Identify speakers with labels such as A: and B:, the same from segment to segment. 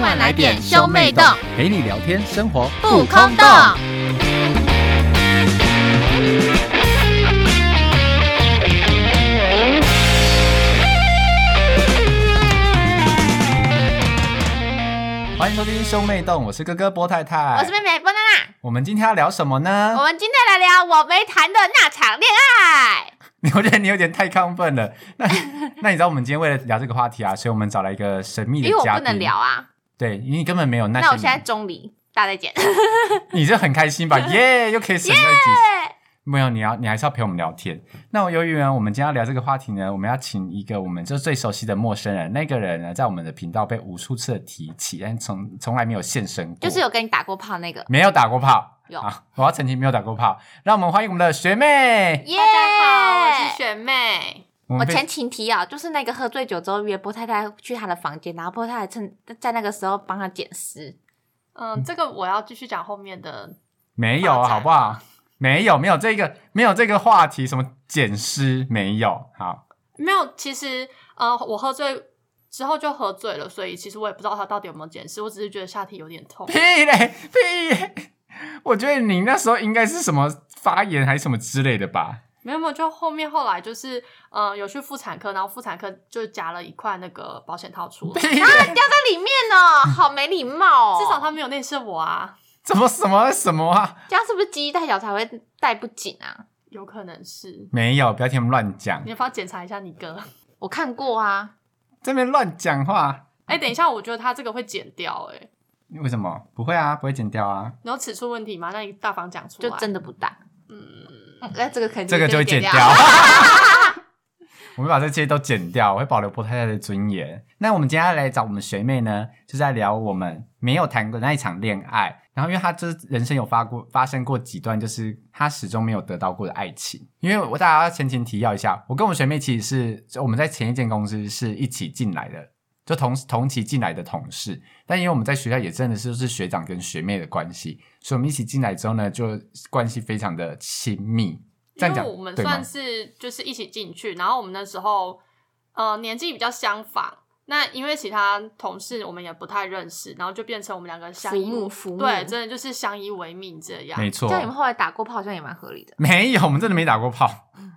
A: 快来点兄妹洞，
B: 陪你聊天，生活
A: 不空洞。哎
B: 欢迎收听兄妹洞，我是哥哥波太太，
A: 我是妹妹波娜娜，
B: 我们今天要聊什么呢
A: 我？们今天来聊我没谈的那场恋爱。
B: 我觉得你有点太亢奋了。那那你知道我们今天为了聊这个话题啊，所以我们找来一个神秘的
A: 因为我
B: 嘉
A: 不
B: 宾。
A: 能聊啊，
B: 对，因为你根本没有那些。
A: 那我现在中离，大家再见。
B: 你这很开 心吧？耶、又可以省略几没有，你要你还是要陪我们聊天。那由于呢，我们今天要聊这个话题呢，我们要请一个我们就最熟悉的陌生人。那个人呢，在我们的频道被无数次的提起，但从从来没有现身过，
A: 就是有跟你打过炮那个，
B: 没有打过炮。
A: 有
B: 啊，我要澄清，没有打过炮。让我们欢迎我们的学妹。
A: 耶
C: 大家好，我是学妹。
B: 我
A: 我
B: 们被
A: 前情提要，就是那个喝醉酒之后约波太太去他的房间，然后波太太趁在那个时候帮他捡尸，
C: 嗯，这个我要继续讲后面的。
B: 没有
C: 发展
B: 好不好？没有，没有这个，没有这个话题，什么捡尸没有。好，
C: 没有，其实呃，我喝醉之后就喝醉了，所以其实我也不知道他到底有没有解释，我只是觉得下体有点 痛
B: 屁。嘞屁嘞！我觉得你那时候应该是什么发言还是什么之类的吧？
C: 没有没有，就后面后来就是呃，有去妇产科，然后妇产科就夹了一块那个保险套出 来，
B: 屁嘞！
A: 掉在里面哦，好没礼 貌哦。
C: 至少他没有内射我啊，
B: 怎么什么什么啊？
A: 这样是不是鸡太小才会戴不紧啊？
C: 有可能是。
B: 没有，不要听我们乱讲
C: 你，要不要检查一下你哥？
A: 我看过啊，
B: 这边乱讲话，
C: 哎、等一下，我觉得他这个会剪掉、哎，
B: 为什么？不会啊，不会剪掉啊，
C: 然后尺寸问题嘛，那你大方讲出
A: 就
C: 来。
A: 真的不大。嗯，那这个肯定
B: 这个就会剪
A: 掉。
B: 掉。 我们把这些都剪掉，我会保留波太太的尊严。那我们接下来找我们学妹呢，就在聊我们没有谈过的那一场恋爱。然后，因为她就是人生有发过发生过几段，就是她始终没有得到过的爱情。因为我大家要前情提要一下，我跟我学妹其实是就我们在前一间公司是一起进来的，就同同期进来的同事。但因为我们在学校也真的是就是学长跟学妹的关系，所以我们一起进来之后呢，就关系非常的亲密。这样
C: 因为
B: 讲
C: 我们
B: 对吗
C: 算是就是一起进去，然后我们那时候呃年纪比较相仿，那因为其他同事我们也不太认识，然后就变成我们两个相
A: 浮
C: 依
A: 木浮木，
C: 对，真的就是相依为命这样。
B: 没错，
A: 像你们后来打过炮，好像也蛮合理的。
B: 没有，我们真的没打过炮。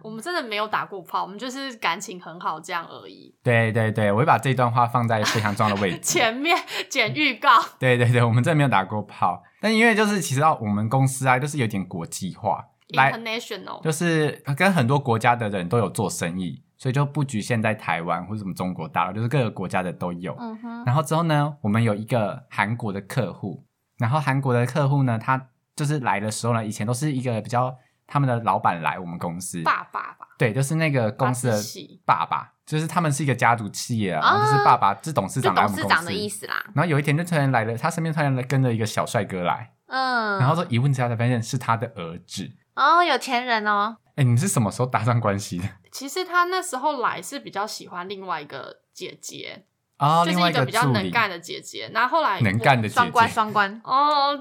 C: 我们真的没有打过炮，我们就是感情很好这样而已。
B: 对对对，我会把这段话放在非常重要的 位置。
C: 前面剪预告，
B: 对对对，我们真的没有打过炮，但因为就是其实到我们公司啊，就是有点国际化， 来
C: international
B: 就是跟很多国家的人都有做生意，所以就不局限在台湾或者什么中国大陆，就是各个国家的都有。
A: 嗯哼，
B: 然后之后呢，我们有一个韩国的客户，然后韩国的客户呢，他就是来的时候呢，以前都是一个比较他们的老板来我们公司，
C: 爸爸吧，
B: 对，就是那个公司
C: 八
B: 的
C: 字系哦
B: 爸爸，就是他们是一个家族企业啊，
A: 啊
B: 然后就是爸爸是董事
A: 就
B: 长来我
A: 董
B: 们
A: 事
B: 公
A: 长的意
B: 司。
A: 思啦。
B: 然后有一天就突然来了，他身边突然跟着一个小帅哥来，
A: 嗯，
B: 然后说一问之下才发现是他的儿子。
A: 哦，有钱人哦，
B: 哎，你们是什么时候搭上关系的？
C: 其实他那时候来是比较喜欢另外一个姐姐，
B: 啊、
C: 就
B: 另
C: 是
B: 外
C: 一个比较
B: 助
C: 能
B: 理，
C: 干的姐姐。然后后来
B: 能
C: 我
B: 干的姐
A: 双关
B: 姐。
A: 双关，
C: 哦，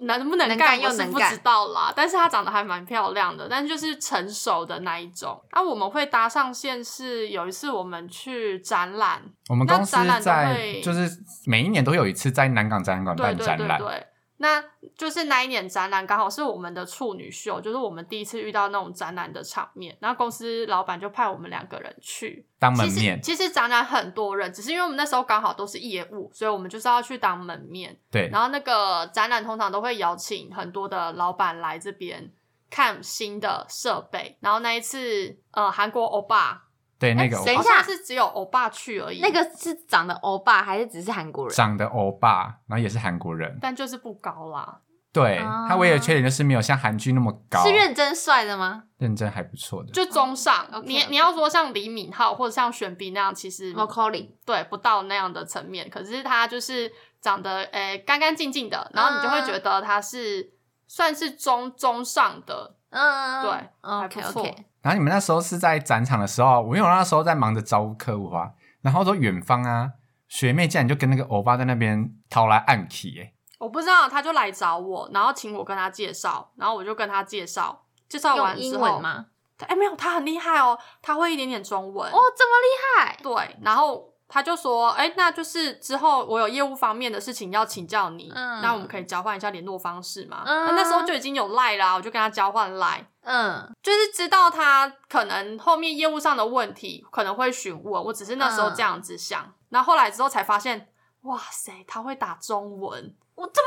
C: 能不能
A: 能
C: 干
A: 干又
C: 我是
A: 能
C: 不
A: 干
C: 知道啦，但是她长得还蛮漂亮的，但是就是成熟的那一种。啊，我们会搭上线是有一次我们去展览，
B: 我们
C: 那
B: 公司
C: 展览都
B: 在
C: 会
B: 就是每一年都有一次在南港展览馆
C: 对
B: 办
C: 对
B: 展
C: 对
B: 览，
C: 对。那就是那一年展览刚好是我们的处女秀，就是我们第一次遇到那种展览的场面。然后公司老板就派我们两个人去，
B: 当门
C: 其实
B: 面。
C: 其实展览很多人，只是因为我们那时候刚好都是业务，所以我们就是要去当门面。
B: 对，
C: 然后那个展览通常都会邀请很多的老板来这边看新的设备。然后那一次，呃，韩国欧巴，
B: 对那个
A: 谁等一
C: 好
A: 下
C: 像是只有欧巴去而已。
A: 那，个是长得欧巴还是只是韩国人？
B: 长得欧巴，然后也是韩国人。
C: 但就是不高啦。
B: 对，
A: 啊
B: 他唯一的缺点就是没有像韩剧那么高，
A: 是认真帅的吗？
B: 认真还不错的。
C: 就中上，
A: OK，OK
C: 你你要说像李敏镐或者像玄彬那样，其实
A: m o c o l i
C: 对不到那样的层面。可是他就是长得诶干干净净的，然后你就会
A: 啊
C: 觉得他是算是中中上的，
A: 嗯，
C: 对
A: ，OK
C: 还不错
A: OK，
B: 然后你们那时候是在展场的时候，我因为我那时候在忙着招呼客户啊，然后说远方啊，学妹竟然就跟那个欧巴在那边讨来暗器、欸，
C: 我不知道，他就来找我，然后请我跟他介绍，然后我就跟他介绍，介绍
A: 用
C: 完
A: 英
C: 之后
A: 文，吗？
C: 他哎、没有，他很厉害哦，他会一点点中文
A: 哦，这么厉害，
C: 对，然后他就说，哎、那就是之后我有业务方面的事情要请教你，
A: 嗯
C: 那我们可以交换一下联络方式嘛。
A: 嗯
C: 那那时候就已经有赖啦，我就跟他交换赖，
A: 嗯
C: 就是知道他可能后面业务上的问题可能会询问，我只是那时候
A: 嗯
C: 这样子想，那、后来之后才发现，哇塞，他会打中文。
A: 我这么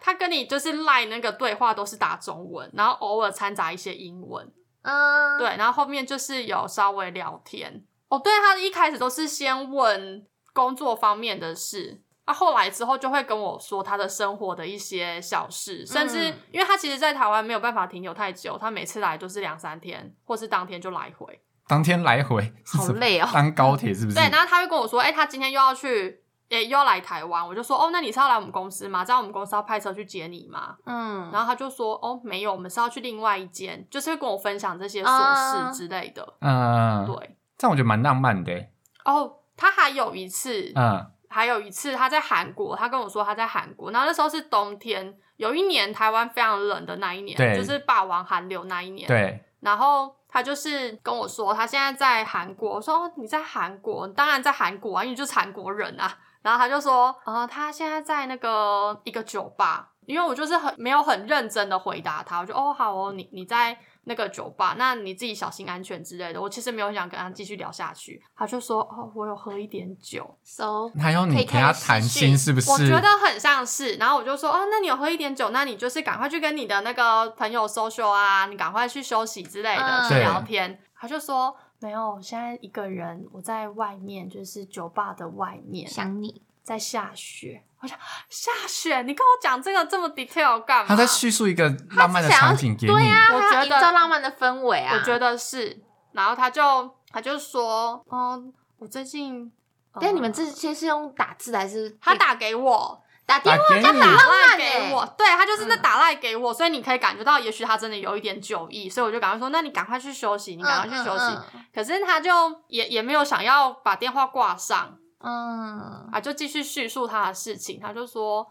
C: 他跟你就是赖那个对话都是打中文，然后偶尔掺杂一些英文，
A: 厉，嗯，
C: 对，然后后面就是有稍微聊天。哦，对，他一开始都是先问工作方面的事，他、后来之后就会跟我说他的生活的一些小事，甚至、
A: 嗯
C: 因为他其实在台湾没有办法停留太久，他每次来都是两三天，或是当天就来回。
B: 当天来回是
A: 好
B: 什么
A: 累哦，
B: 当高铁是不 是？
C: 对，然后他会跟我说，哎、他今天又要去。也又要来台湾，我就说哦，那你是要来我们公司吗？知道我们公司要派车去接你吗？
A: 嗯，
C: 然后他就说哦，没有，我们是要去另外一间，就是会跟我分享这些琐
A: 啊
C: 事之类的。
B: 嗯，
C: 对，
B: 这样我觉得蛮浪漫的欸。
C: 哦，他还有一次，
B: 嗯，
C: 还有一次他在韩国，他跟我说他在韩国，然后那时候是冬天，有一年台湾非常冷的那一年，
B: 对
C: 就是霸王寒流那一年。，
B: 对，
C: 然后。他就是跟我说，他现在在韩国。我说哦你在韩国，当然在韩国啊，因为你就是韩国人啊。然后他就说，呃，他现在在那个一个酒吧，因为我就是很没有很认真的回答他，我就哦好哦，你你在那个酒吧，那你自己小心安全之类的。我其实没有想跟他继续聊下去，他就说哦，我有喝一点酒，
A: so
B: 还有
A: 可
B: 你
A: 以
B: 陪
A: 开
B: 他
A: 始
B: 谈
A: 试
B: 心是不是？
C: 我觉得很像是，然后我就说，哦，那你有喝一点酒，那你就是赶快去跟你的那个朋友 social 啊，你赶快去休息之类的，
A: 嗯
C: 去
B: 对
C: 聊天。他就说没有，我现在一个人，我在外面，就是酒吧的外面，
A: 想你，
C: 在下雪。我想下雪，你跟我讲这个这么 detail 干嘛？
B: 他在叙述一个浪漫的
A: 想要
B: 场景给你，
A: 对啊，
C: 我
A: 他要
C: 觉得
A: 营造浪漫的氛围啊，
C: 我觉得是，然后他就他就说，嗯，我最近，呃
A: 但你们这些是用嗯打字的还是
C: 他打给我，
A: 打电话
B: 打给
A: 加
B: 你
A: 打
C: 打
A: 烂
C: 赖
A: 欸
C: 给我，对他就是那
A: 嗯
C: 打赖给我，所以你可以感觉到，也许他真的有一点酒意，所以我就赶快说，那你赶快去休息，你赶快去
A: 嗯
C: 休息。可是他就也也没有想要把电话挂上
A: 嗯，
C: 啊，就继续叙述他的事情。他就说，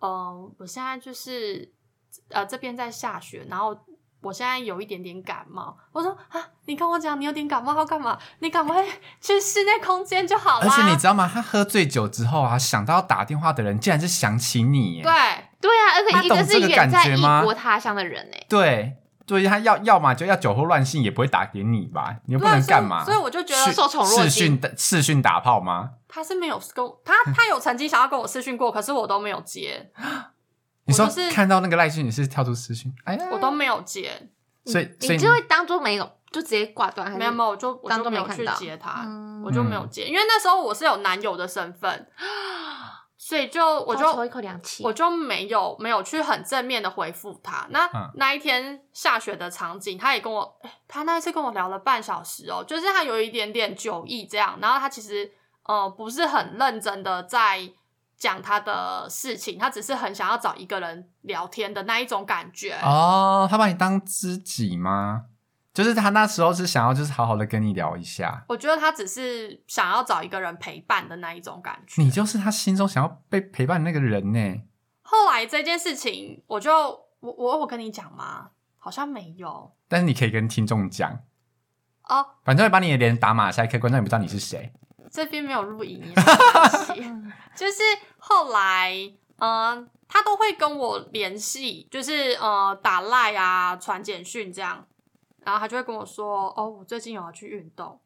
C: 嗯、我现在就是呃这边在下雪，然后。我现在有一点点感冒，我说啊，你跟我讲你有点感冒要干嘛？你赶快 去室内空间就好啦。啊
B: 而且你知道吗？他喝醉酒之后啊，想到要打电话的人，竟然是想起你耶。
C: 对，
A: 对啊，而且
B: 你
A: 一个
B: 懂
A: 是
B: 这个
A: 远
B: 感
A: 在
B: 觉
A: 异
B: 吗
A: 国他乡的人呢，
B: 对，所以他要要么就要酒后乱性，也不会打给你吧？你又不
C: 对，啊
B: 能
C: 所以
B: 干嘛？
C: 所以我就觉得
B: 视
A: 受宠若惊
B: 视讯打视讯打炮吗？
C: 他是没有跟 我他，他有曾经想要跟我私讯过，可是我都没有接，
B: 你说、
C: 就是
B: 看到那个赖讯，你是跳出视讯？哎呀，
C: 我都没有接，
B: 所以所以
A: 你就会当做没有，就直接挂断，还是
C: 没有没有，我就我
A: 嗯当
C: 就
A: 作
C: 没
A: 没
C: 有
A: 看
C: 去
A: 到
C: 接他，
A: 嗯
C: 我就没有接，因为那时候我是有男友的身份， 所以就我就
A: 倒抽一口凉气，
C: 我就没有没有去很正面的回复他。那、
B: 嗯
C: 那一天下雪的场景，他也跟我，哎他那一次跟我聊了半小时哦，就是他有一点点酒意这样，然后他其实呃不是很认真的在讲他的事情，他只是很想要找一个人聊天的那一种感觉。
B: 哦，他把你当知己吗？就是他那时候是想要就是好好的跟你聊一下，
C: 我觉得他只是想要找一个人陪伴的那一种感觉。
B: 你就是他心中想要被陪伴的那个人呢。
C: 后来这件事情，我就我我我跟你讲吗？好像没有
B: 但是你可以跟听众讲，
C: 哦，
B: 反正会把你的脸打马赛克，观众也不知道你是谁。
C: 这边没有录影也 没关系。
A: 嗯
C: 就是后来，嗯、他都会跟我联系，就是呃打赖啊、传简讯这样，然后他就会跟我说，哦，我最近有要去运动。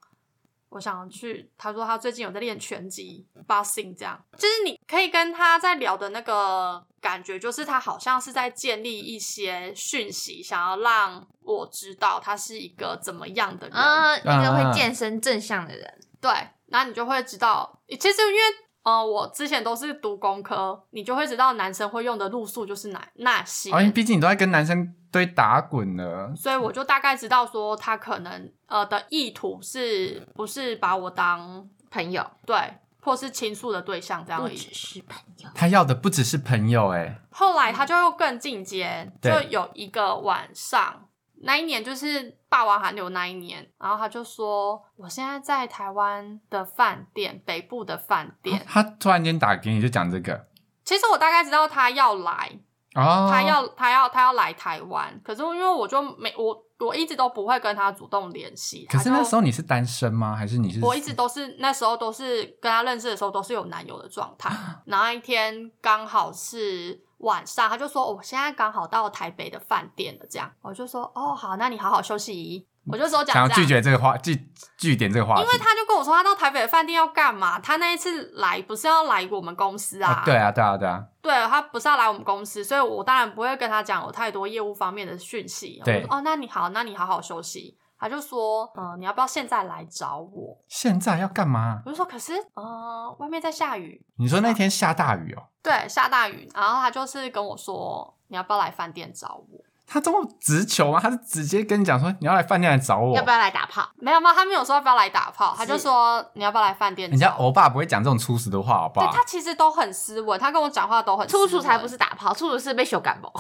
C: 我想要去，他说他最近有在练拳击、boxing，这样就是你可以跟他在聊的那个感觉，就是他好像是在建立一些讯息，想要让我知道他是一个怎么样的人。
A: 嗯，一个
B: 啊
A: 会健身正向的人，
C: 对，然后你就会知道，其实因为呃，我之前都是读工科，你就会知道男生会用的路数就是哪那些，
B: 哦，因为毕竟你都在跟男生堆打滚了，
C: 所以我就大概知道说他可能呃的意图是不是把我当
A: 朋友
C: 对或是倾诉的对象这样
A: 不
C: 而已。
A: 只是朋友，
B: 他要的不只是朋友，哎，
C: 后来他就又更进阶，就
B: 对
C: 有一个晚上，那一年就是霸王寒流那一年，然后他就说我现在在台湾的饭店，北部的饭店。
B: 他突然间打给你就讲这个，
C: 其实我大概知道他要来，
B: 哦，
C: 他要他要他要来台湾，可是因为我就没我我我一直都不会跟他主动联系。
B: 可是那时候
C: 候
B: 你是单身吗？还是你是？
C: 我一直都是那时候都是跟他认识的时候都是有男友的状 态，然后一天刚好是晚上，他就说、哦我现在刚好到台北的饭店了，这样我就说哦好，那你好好休息。我就说讲
B: 想要
C: 这
B: 拒
C: 样，
B: 绝这个话，拒拒点这个话题，
C: 因为他就跟我说他到台北的饭店要干嘛，他那一次来不是要来我们公司
B: 啊对啊，对啊，对啊，
C: 对他不是要来我们公司，所以我当然不会跟他讲有太多业务方面的讯息。我
B: 对
C: 就说哦，那你好，那你好好休息。他就说，嗯、你要不要现在来找我？
B: 现在要干嘛？
C: 我就说，可是，呃，外面在下雨，
B: 你说那天下大雨哦，
C: 对，下大雨。然后他就是跟我说，你要不要来饭店找我？
B: 他这么直球吗？他是直接跟你讲说你要来饭店来找我，
A: 要不要来打炮？
C: 没有吗？他没有说要不要来打炮，他就是说你要不要来饭店
B: 人家
C: 找我？
B: 欧巴不会讲这种粗俗的话，好不
C: 对
B: 好？
C: 他其实都很斯文，他跟我讲话都很斯
A: 粗
C: 文
A: 俗才不是打炮，粗俗是被修感冒。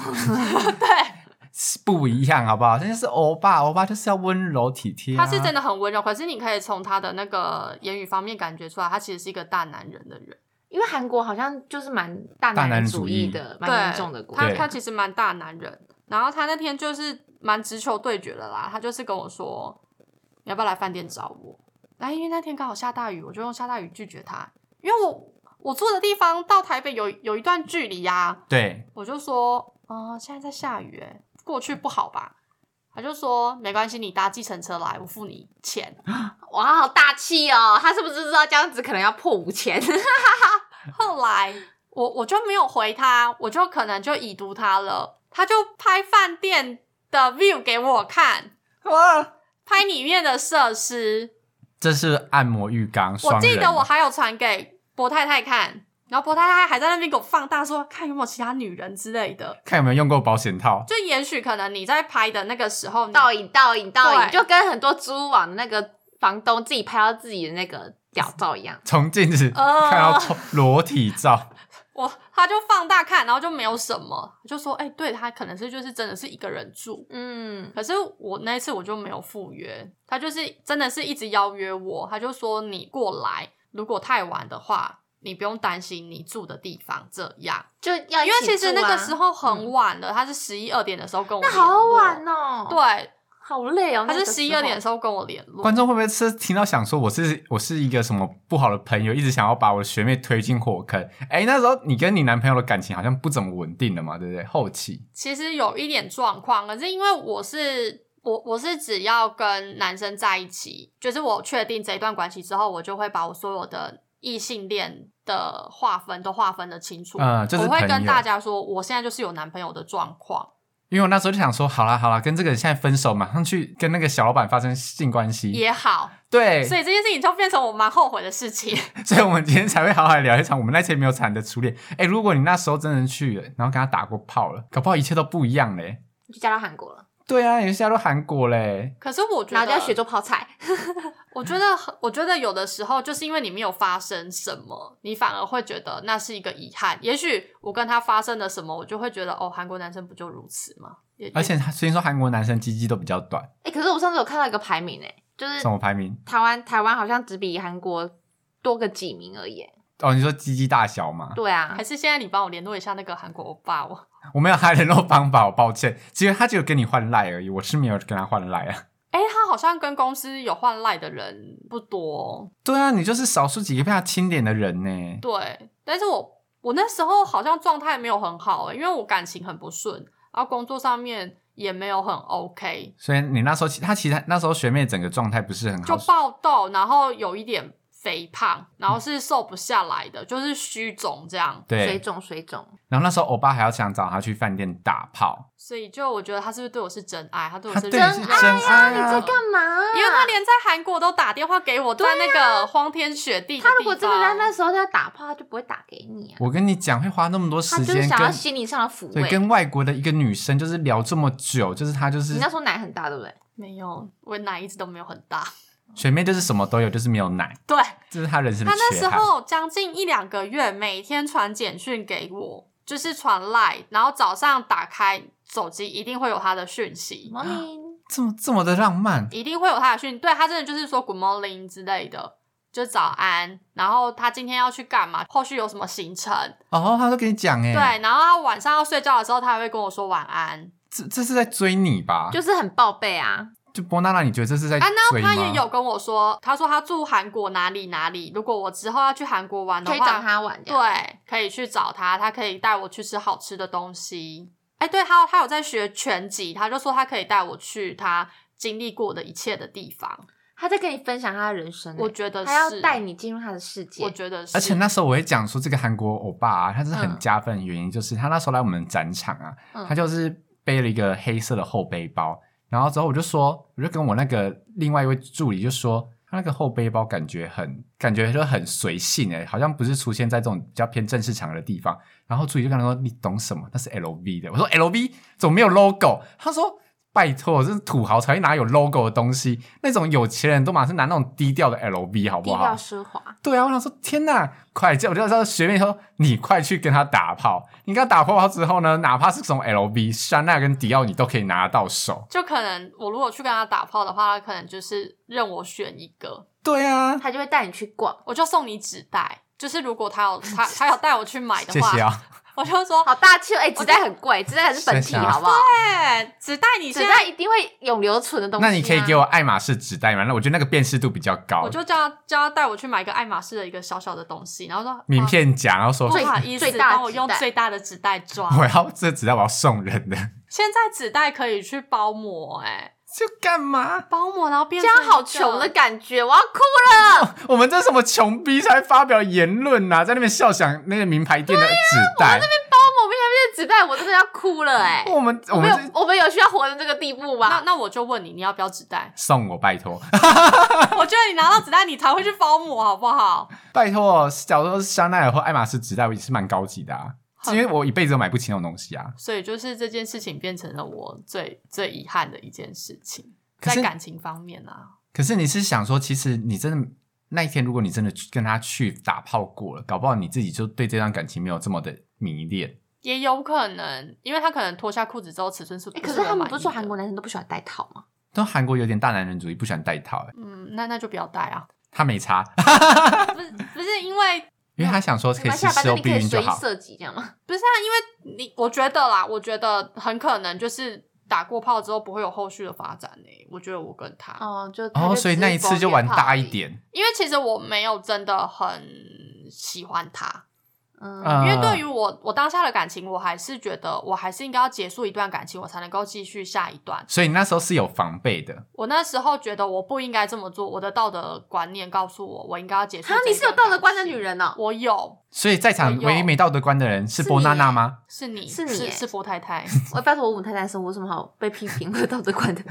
B: 是不一样，好不好？真的是欧巴，欧巴就是要温柔体贴、啊。
C: 他是真
B: 的，
C: 的很温柔，可是你可以从他的那个言语方面感觉出来，他其实是一个大男人的人。
A: 因为韩国好像就是蛮大
B: 大
A: 男
B: 男
A: 人
B: 主
A: 主义
B: 义
A: 的，
C: 对
A: 蛮严重的国
C: 他
A: 家。
B: 对
C: 他其实蛮大男人，然后他那天就是蛮直球对决的啦，他就是跟我说你要不要来饭店找我？哎，因为那天刚好下大雨，我就用下大雨拒绝他，因为我我住的地方到台北有有一段距离呀、
B: 对，
C: 我就说啊、呃现在在下雨、欸，过去不好吧？他就说没关系，你搭计程车来，我付你钱。
A: 哇，好大气哦！他是不是知道这样子可能要破五千？
C: 后来我我就没有回他，我就可能就已读他了，他就拍饭店的 view 给我看。
B: 哇，
C: 拍里面的设施。
B: 这是按摩浴缸双
C: 我
B: 人。
C: 记得我还有传给博太太看，然后博太太还在那边给我放大说，看有没有其他女人之类的。
B: 看有没有用过保险套，
C: 就也许可能你在拍的那个时候，你
A: 倒影，倒影，倒影，
C: 对
A: 就跟很多租屋网的那个房东自己拍到自己的那个屌照一样。
B: 从镜子
C: 呃
B: 看到从裸体照，
C: 我他就放大看，然后就没有什么，就说哎、对他可能是就是真的是一个人住。
A: 嗯，
C: 可是我那一次我就没有赴约，他就是真的是一直邀约我，他就说你过来，如果太晚的话，你不用担心你住的地方这样。
A: 就要、
C: 因为其实那个时
A: 候
C: 候很晚了，他是十一二点的时候跟
A: 嗯
C: 我
A: 那
C: 联络
A: 好晚哦，，
C: 对，
A: 好累哦。
C: 他
A: 那
C: 是
A: 个时候
C: 十一二点的，时候跟我联络
B: 观，众会不会是听到想说我是我是一个什么不好的朋友，一直想要把我的学妹推进火坑？哎，那时候你跟你男朋友的感情好像不怎么稳定了嘛，对不对？后期
C: 其实有一点状况，可是因为我是我我是只要跟男生在一起，就是我确定这一段关系之后，我就会把我所有的异性恋的划分都划分的清楚，
B: 嗯就是
C: 我会
B: 朋
C: 跟
B: 友
C: 大家说，我现在就是有男朋友的状况。
B: 因为我那时候就想说，好啦好啦，跟这个人现在分手，马上去跟那个小老板发生性关系。
C: 也好，
B: 对，
C: 所以这件事情就变成我蛮后悔的事情。
B: 所以我们今天才会好好聊一场我们那些没有谈的初恋。哎、如果你那时候真的去了，然后跟他打过炮了，搞不好一切都不一样嘞。
A: 就嫁到韩国了，
B: 对啊，人家都韩国嘞，
C: 可是我觉
A: 然
C: 得
A: 后就要学做泡菜。
C: 我觉得很，我觉得有的时候就是因为你没有发生什么，你反而会觉得那是一个遗憾。也许我跟他发生了什么，我就会觉得哦，韩国男生不就如此吗？也
B: 而且他虽然说韩国男生鸡鸡都比较短，
A: 哎、可是我上次有看到一个排名、哎，就是
B: 什么排名？
A: 台湾台湾好像只比韩国多个几名而已、哎
B: 哦，你说鸡鸡大小吗？
A: 对啊
C: 还，是现在你帮我联络一下那个韩国欧巴哦我。
B: 我没有他联络方法，我抱歉，只有他只有跟你换赖而已，我是没有跟他换赖啊。
C: 哎、他好像跟公司有换赖的人不多哦、
B: 对啊，你就是少数几个被他清点的人呢。
C: 对，但是我我那时候好像状态没有很好、欸因为我感情很不顺，然后工作上面也没有很 OK，
B: 所以你那时候其，他其实那时候学妹整个状态不是很
C: 就
B: 好，
C: 爆痘，然后有一点肥胖，然后是瘦不下来的，就是虚肿这样。
A: 水
B: 对。
A: 肿水肿，
B: 然后那时候欧巴还要想找他去饭店打炮，
C: 所以就我觉得他是不是对我是真爱？他对我
B: 他
C: 是
B: 对你是真爱啊！
A: 在干嘛？
C: 因为他连在韩国都打电话给我，在那个荒天雪地的地
A: 他
C: 方。
A: 如果真的在那时候在打炮，他就不会打给你啊。
B: 我跟你讲，会花那么多
A: 他
B: 时
A: 就是
B: 间
A: 想要
B: 跟
A: 心理上的抚
B: 对
A: 慰。
B: 跟外国的一个女生就是聊这么久，就是她就是
A: 你那时候奶很大，对不对？
C: 没有，我奶一直都没有很大。
B: 学妹，就是什么都有，就是没有奶，
C: 对
B: 这是她人生的
C: 他那
B: 缺
C: 时
B: 憾。
C: 候将近一两个月，每天传简讯给我，就是传赖，然后早上打开手机一定会有他的讯息。
A: Morning，
B: 这么这么的浪漫，
C: 一定会有他的讯，对他真的就是说 good morning 之类的，就早安，然后他今天要去干嘛，后续有什么行程，
B: 哦，她都跟你讲哎，
C: 对，然后他晚上要睡觉的时候，他还会跟我说晚安，
B: 这这是在追你吧？就
A: 就是很报备啊。
B: 就波娜娜，你觉得这是在
C: 啊，那
B: 追吗？
C: 他也有跟我说，他说他住韩国哪里哪里，如果我之后要去韩国玩的
A: 可
C: 话，
A: 以找他玩，这样，
C: 对，可以去找他，他可以带我去吃好吃的东西。哎，对，他他有在学拳击，他就说他可以带我去他经历过的一切的地方。
A: 他在跟你分享他的人生欸、
C: 我觉得是
A: 他要带，你进入他的世界
C: 我。觉得
B: 嗯
C: 是，
B: 而且那时候我会讲说，这个韩国欧巴、啊、他是很
A: 嗯
B: 加分的原因，就是他那时候来我们展场啊，
A: 嗯
B: 他就是背了一个黑色的后背包，然后之后我就说，我就跟我那个另外一位助理就说，他那个后背包感觉很感觉就很随性诶、好像不是出现在这种比较偏正式场合的地方。然后助理就跟他说，你懂什么？那是 LV 的。我说 LV 怎么没有 logo？他说。拜托，这是土豪才会拿有 logo 的东西，那种有钱人都马上拿那种低调的 LV，好
A: 低
B: 不好？
A: 调奢华，
B: 对啊，我想说，天哪，快叫！我就说学妹说，你快去跟他打炮。你跟他打炮之后呢，哪怕是从 LV、香奈儿跟迪奥，你都可以拿到手。
C: 就可能我如果去跟他打炮的话，他可能就是任我选一个，
B: 对啊，
A: 他就会带你去逛。
C: 我就送你纸袋。就是如果他有他他有带我去买 的
B: 谢
C: 话，
B: 谢啊。
C: 我就说，
A: 好大气哦，哎、纸袋很贵，纸袋还是本体，
B: 是啊
A: 好不好？
C: 哎、纸袋你
A: 纸
C: 现在，
A: 袋一定会永留存的东西、啊。
B: 那你可以给我爱马仕纸袋吗？那我觉得那个辨识度比较高
C: 我。就叫他叫他带我去买一个爱马仕的一个小小的东西，然后说
B: 名
C: 啊
B: 片夹，然后说
C: 不
A: 最
C: 好意思，
A: 最大的
C: 帮我用
A: 纸袋
C: 最大的纸袋装。
B: 我要这纸袋，我要送人的，
C: 现在纸袋可以去包膜、哎，
B: 就干嘛？
C: 包膜然后变
A: 这
C: 成
A: 样好穷的感觉，我要哭了。
B: 我们这什么穷逼才发表言论呐、啊？在那边笑想那个名牌店的纸袋，
A: 包某边那些纸袋，我真的要哭了哎、
B: 我们 我
A: 我们
B: 们？
A: 有我们有需要活到这个地步
C: 那
A: 吗？
C: 那我就问你，你要不要纸袋
B: 送我拜托。
C: 我觉得你拿到纸袋，你才会去包膜，好不好？
B: 拜托，假如说是香奈儿或爱马仕纸袋，也是蛮高级的啊。
C: 好
B: 因为我一辈子都买不起那种东西啊。
C: 所以就是这件事情变成了我最最遗憾的一件事情，
B: 可是
C: 在感情方面啊，
B: 可是你是想说，其实你真的那一天，如果你真的去跟他去打炮过了，搞不好你自己就对这段感情没有这么的迷恋。
C: 也有可能，因为他可能脱下裤子之后尺寸是、
A: 哎、可是他们不是说
C: 说
A: 韩国，男生都不喜欢戴套吗？
B: 但韩国有点大男人主义，不喜欢戴套、欸，
C: 嗯，那那就不要戴啊，
B: 他没差，
C: 不是不是因为
B: 因为他想说可
A: 没
B: 以
A: 关系
B: 是
A: 啊，反
B: 事
A: 正
B: 后
A: 你
B: 避
A: 可以
B: 孕就
A: 随意
B: 好。
A: 设计，这样吗？
C: 不是啊，因为你我觉得啦，我觉得很可能就是打过炮之后不会有后续的发展呢、我觉得我跟他，
A: 哦，就他
B: 哦，
A: 就
B: 所以
A: 只是
B: 那一次就玩大一
A: forget
B: 点。
C: 因为其实我没有真的很喜欢他，
A: 而已。嗯，
B: 嗯
C: 因为对于我我当下的感情，我还是觉得我还是应该要结束一段感情，我才能够继续下一段。
B: 所以你那时候是有防备的，
C: 我那时候觉得我不应该这么做，我的道德观念告诉我，我应该要结束。
A: 啊哈，你是有道德观的女，人哦，
C: 我有，
B: 所以在场
C: 我有
B: 唯一没道德观的人是波娜娜吗？
C: 是你，
A: 是你
C: 是
A: 耶
C: 是波太太，
A: 我拜托我母胎单身，我有什么好被批评的道德观的？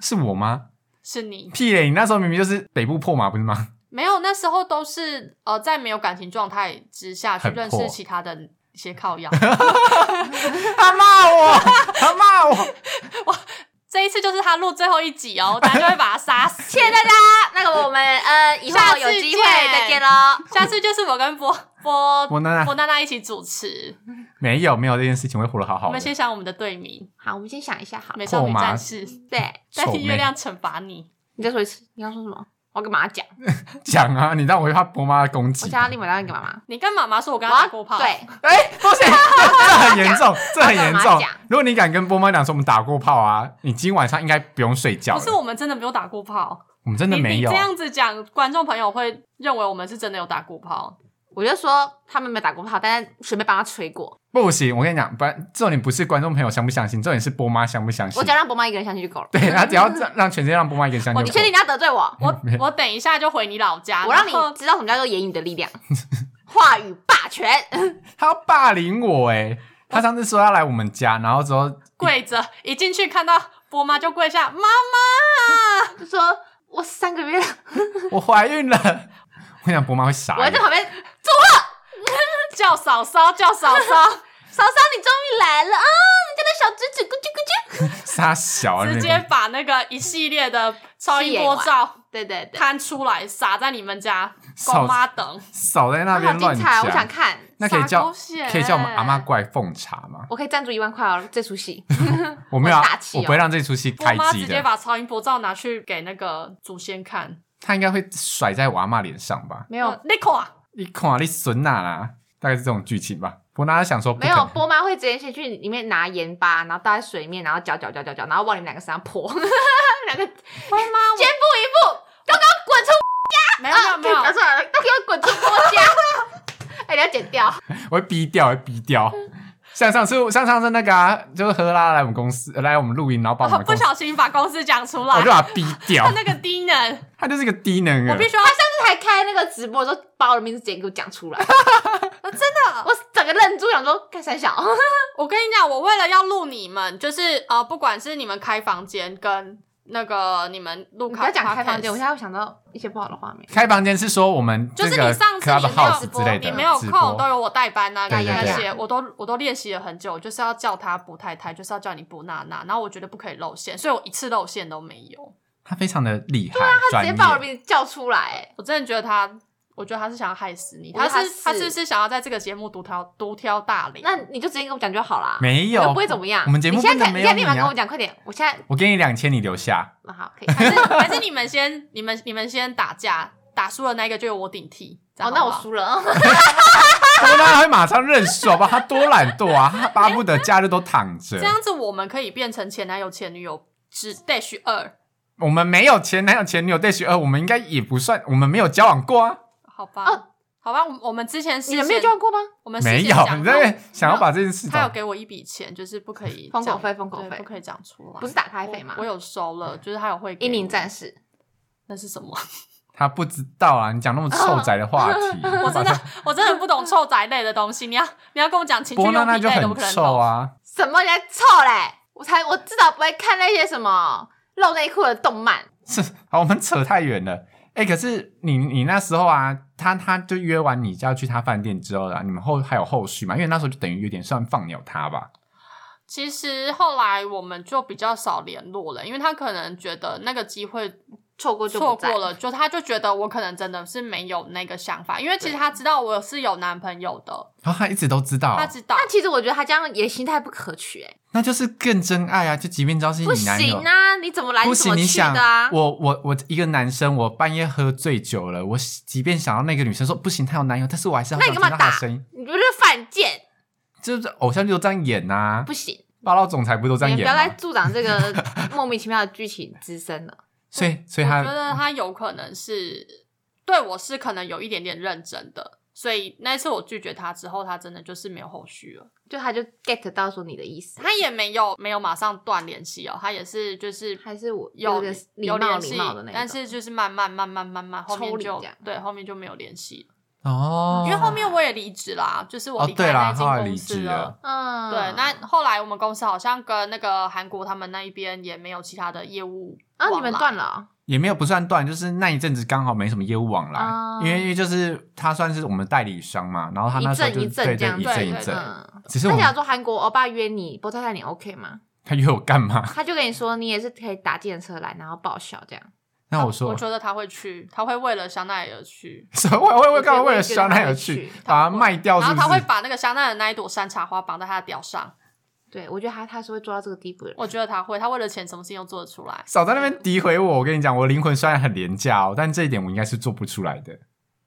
B: 是我吗？
C: 是你，
B: 屁嘞！你那时候明明就是北部破嘛，不是吗？
C: 没有，那时候都是呃，在没有感情状态之下去
B: 很
C: 认
B: 破
C: 识其他的一些靠药。
B: 他骂我， 他骂我，
C: 这一次就是他录最后一集哦，大家就会把他杀死。
A: 谢谢大家，那个我们呃以
C: 下
A: 后
C: 次
A: 有机会
C: 见
A: 再见喽。
C: 下次就是我跟波波
B: 我娜
C: 波
B: 娜
C: 娜娜一起主持，
B: 没有没有这件事情，我会活得好
C: 我
B: 好
C: 们先
B: 的。
C: 想我们的队名
A: 好，我们先想一下，好，
C: 《美少
B: 扣
C: 女
B: 吗
C: 战士》，
A: 对，
C: 代
B: 丑
C: 替月
B: 妹
C: 亮惩罚你。
A: 你再说一次，你要说什么？我要跟妈妈讲，
B: 讲啊，你让我会怕波妈的攻
A: 我
B: 击。
A: 想要立马打电话给妈妈。
C: 你跟妈妈说，我
A: 我
C: 跟她打过
A: 要
C: 炮，，
A: 对，
B: 哎、 不行， 这很严重，这很
A: 我
B: 严
A: 要
B: 重
A: 跟妈讲。
B: 如果你敢跟波妈讲说我们打过炮啊，你今晚上应该不用睡觉
C: 不
B: 了。
C: 是我们真的没有打过炮，
B: 我们真的
C: 你
B: 没
C: 你
B: 有
C: 这。样子讲，观众朋友会认为我们是真的有打过炮。
A: 我就说他们没打过炮，但是学妹帮他吹过。
B: 不行，我跟你讲，不然重点不是观众朋友相不相信，重点是波妈相不相信
A: 我只。要让伯妈一个人相信就够了。哦
B: 对，他只要让让全世界让波妈一个人相信
A: 我，你
B: 就够
A: 确定你要得罪我？
C: 我我等一下就回你老家，
A: 我让你
C: 然后
A: 知道什么叫做言语的力量，话语霸 权。
B: 他要霸凌我哎、他上次说要来我们家，然后之后
C: 跪着，一进去看到波妈就跪下，妈妈。
A: 就说我三个月了，
B: 我怀孕了， 我想波妈会傻
A: 我还
B: 眼
A: 在。旁边，
C: 叫嫂嫂，叫嫂 嫂，
A: 嫂嫂你终于来了啊！你家的小侄子咕啾咕啾。
B: 傻小啊，
C: 直
B: 那
C: 接
B: 边
C: 把那个一系列的超音波照
A: 对对对，
C: 摊出来，撒在你们家
B: 扫
C: 狗妈等。
B: 少在那
A: 好
B: 边
A: 精
B: 乱
A: 彩哦，
B: 讲。
A: 我想看。
B: 那可以
C: 撒
B: 叫
C: 狗血
B: 可以叫我们阿
C: 欸
B: 妈过来奉茶吗？
A: 我可以赞助一万块哦，这出 戏
B: 我没有要
A: 很大，气哦
B: 我不会让这出戏
C: 我
B: 开
C: 妈
B: 机
C: 直接
B: 的。
C: 把超音波照拿去给那个祖先看，呃
B: 他应该会甩在我阿妈脸上吧？
A: 没有
C: 那口啊，
B: 你看你孙哪啦？大概是这种剧情吧。伯纳想说不可
A: 没有
B: 能，
A: 波妈会直接先去里面拿盐巴，然后倒在水面，然后搅搅搅搅搅，然后往你们两个身上泼， 两个
C: 会吗？
A: 先步一步，都给我滚出！
C: 我没有没有没有，
A: 啊，算了，都给我滚出郭家！ 哎，你要剪掉。
B: 我会逼掉，我会逼掉。像上次，像上次那个啊，就是赫拉来我们公司，来我们录音，然后把我
C: 我
B: 们哦
C: 哦
B: 啊
C: 不
B: 公司，
C: 小心把公司讲出
B: 我
C: 来
B: 就，把他逼掉
C: 他。那个低能，
B: 他就是个低能
C: 我
B: 儿
C: 必，须要
A: 他上次还开那个直播，说把我的名字直接给我讲 出来，
C: 真的。
A: 我整个愣住，想说干三 小。
C: 我跟你讲，我为了要录你们，就是呃，不管是你们开房间跟那个你们录
A: 不
C: 卡，
A: 要讲开房间，
C: podcast
A: 我现在会想到一些不好的画面。
B: 开房间是说我们
C: 就是
B: 这个
C: 你上次
B: club
C: 你没有
B: house 之类的
C: 你没有
B: 呃直
C: 空，
B: 播
C: 都有我代班啊，
B: 对对
C: 那
B: 对
C: 些我都我都练习了很久，就是要叫他补太太，就是要叫你补娜娜，然后我觉得不可以露馅，所以我一次露馅都没有。
B: 他非常的厉害，
C: 啊
A: 他
B: 专
A: 直
B: 业
A: 接。把我的名字叫出来，哎
C: 我真的觉得他，我觉得他是想要害死你，
A: 我觉得
C: 他
A: 他
C: 是他是
A: 是
C: 不是想要在这个节目独挑独挑大梁？
A: 那你就直接跟我讲就好啦。
B: 没有
A: 我又不会怎么样。
B: 我们节目
A: 你现
B: 不
A: 在
B: 能
A: 看，
B: 没
A: 你
B: 有
A: 现在立马
B: 你啊
A: 跟我讲，快点！我现 在
B: 我给你两千，你留下。
A: 嗯好可以。
C: 还是还是你们先你们你们先打架，打输了那一个就由我顶替。这
A: 哦
C: 样，
A: 那
C: 好
A: 我
C: 不好。
A: 输了。
B: 他他会马上认输吧？他多懒惰啊！他巴不得假日都躺着
C: 这。样子我们可以变成前男友、前女友只 dash 二，
B: 我们没有前男友、前女友 dash 二，我们应该也不算，我们没有交往过啊，
C: 好吧？
A: 哦
C: 好吧，我们我们之前是
A: 你们没有交往过吗？
C: 我们事
B: 没
C: 先
B: 有。
C: 讲哦
B: 你在那边想要把这件事
C: 他有
B: 找，
C: 给我一笔钱，就是不可以
A: 封口
C: 讲
A: 费封口
C: 对
A: 费
C: 不可以讲出来，
A: 不是打开费吗
C: 我？我有收了，就是他有会给
A: 英灵
C: 我
A: 战士，
C: 那是什么？
B: 他不知道啊！你讲那么臭宅的话题，
C: 哦我真的我真的不懂臭宅类的东西，你要 你要跟我讲情趣
B: 波
C: 用
B: 娜娜
C: 品
B: 就
C: 类的，我
B: 很
C: 可能
B: 臭
C: 懂。
B: 啊！
A: 什么人家臭嘞？我才我至少不会看那些什么露内裤的动漫。
B: 是，好，我们扯太远了。哎、可是你你那时候啊，他他就约完你就要去他饭店之后啊，你们后还有后续嘛？因为那时候就等于有点算放鸟他吧。
C: 其实后来我们就比较少联络了，因为他可能觉得那个机会
A: 错过就
C: 错
A: 不在
C: 过，了，就他就觉得我可能真的是没有那个想法，因为其实
A: 对
C: 他知道我是有男朋友的，
B: 然后他一直都知道，
C: 他知道。
A: 但其实我觉得他这样也心态不可取、哎，
B: 那就是更真爱啊！就即便知道是
A: 不
B: 你男友
A: 行，啊！你怎么来
B: 不
A: 怎
B: 行，
A: 么
B: 你
A: 去
B: 想
A: 的啊？
B: 我我我一个男生，我半夜喝醉酒了，我即便想要那个女生说不行，她有男友，但是我还是要
A: 那
B: 想
A: 你
B: 听
A: 干嘛
B: 到她的
A: 打
B: 声音，？
A: 你不是犯贱？
B: 就是偶像剧都这样演呐、啊
A: 不，行，
B: 霸道总裁不都这
A: 你
B: 样
A: 们不
B: 演
A: 要再
B: 吗？
A: 助长这个莫名其妙的剧情滋生了。
B: 所以所
C: 我
B: 以他
C: 觉得他有可能是对我是可能有一点点认真的，所以那一次我拒绝他之后，他真的就是没有后续了，
A: 就他就 get 到说你的意思，
C: 他也没有没有马上断联系哦，他也是就是
A: 还是我
C: 有
A: 点礼
C: 有
A: 貌
C: 联系
A: 礼貌的那，种
C: 但是就是慢慢慢慢慢慢后面
A: 抽离
C: 就
A: 这样
C: 对后面就没有联系了，
B: 哦，
C: 因为后面我也离职啦，就是我
B: 哦
C: 离开
B: 对
C: 那
B: 啦，
C: 间
B: 后来
C: 公
B: 离
C: 司
B: 职
C: 了
B: 了。。
A: 嗯，
C: 对，那后来我们公司好像跟那个韩国他们那一边也没有其他的业务
A: 啊你们断
C: 了，
A: 了哦、
B: 也没有不算断，就是那一阵子刚好没什么业务往来，
A: 哦
B: 因为因为就是他算是我们代理商嘛，然后他那时候就
A: 一阵一阵
B: 对
A: 这
B: 对
A: 样
B: 一
A: 子
B: 阵一
C: 对对
B: 阵，
A: 嗯。
B: 只是我
A: 那
B: 们
A: 假如说韩国欧巴约你，波太太你 OK 吗？
B: 他约我干嘛？
A: 他就跟你说你也是可以打电车来，然后报销这样。
B: 那我
C: 他
B: 说
C: 啊哦我觉得他会去，他会为了香奈儿去，
B: 所以 我我我干嘛
A: 我觉得
B: 为了
A: 觉得
B: 香奈
A: 他
B: 儿
A: 会
B: 去
A: 去
B: 把它卖掉？
C: 然
B: 哦是
C: 后
B: 不是？
C: 他会把那个香奈儿那一朵山茶花绑在他的屌上。
A: 对，我觉得他他是会做到这个地步的人。
C: 我觉得他会，他为了钱什么事情都做得出来。
B: 少在那边诋毁我。我跟你讲，我灵魂虽然很廉价哦，但这一点我应该是做不出来的。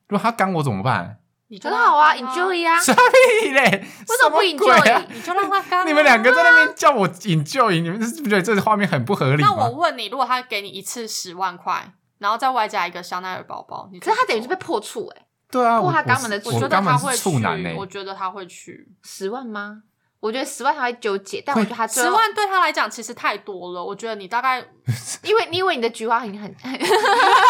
B: 如果他刚我怎么办？
C: 你就
A: 很好啊
C: 让他干
A: ，enjoy 啊，
B: 傻逼嘞！为
A: 为什么不
B: 鬼啊
A: enjoy？
C: 你就让他干啊。
B: 你们两个在那边叫我 enjoy，你们是不觉得这画面很不合理
C: 那
B: 吗
C: 我？问你，如果他给你一次十万块，然后再外加一个香奈儿包包，你
A: 可是他等于是被破处哎、
B: 对啊，
A: 破
B: 我
A: 他肛
B: 我
A: 门的
B: 是
A: 处
B: 我
C: 我觉得
B: 肛
C: 他
B: 门
C: 会
B: 是
C: 去
B: 处男呢、，欸
C: 我觉得他会去。
A: 十万吗？我觉得十万他会纠结，但我觉得他最
C: 十
A: 后，
C: 万对他来讲其实太多了，我觉得你大概
A: 因为你以为你的菊花很很，
C: 哎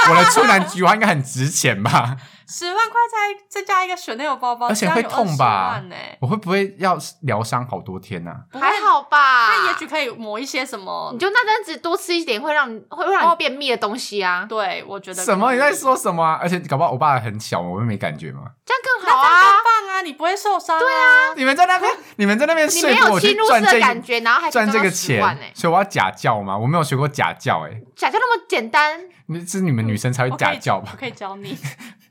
B: 我的处男菊花应该很值钱吧？
C: 十万块再再加一个 Chanel 包包，
B: 而且会痛吧
C: 呢、
B: 我会不会要疗伤好多天啊？
C: 不会
A: 还好吧？
C: 他也许可以抹一些什么
A: 你。就那阵子多吃一点，会让你会让你便秘的东西啊，
C: 哦对，我觉得
B: 什么？
C: 可以
B: 你在？说什么、啊？而且搞不好我爸很小，我会没感觉吗？
A: 这样更好
C: 那这样
A: 啊
C: 更。棒啊！你不会受伤、对啊，
B: 你们在那边，你们在 那边
A: 你
B: 睡
A: 没
B: 过
A: 有
B: 我去
A: 侵入
B: 赚
A: 式
B: 这
A: 的
B: 一
A: 感觉，然后还
B: 赚这个
A: 十
B: 钱
A: 万哎、，
B: 所以我要假教吗？我没有学过假教、欸，哎，
A: 假设那么简单，
B: 那是你们女生才会
C: 我
B: 假
C: 可以
B: 教
C: 我
B: 吧？
C: 可以教 你。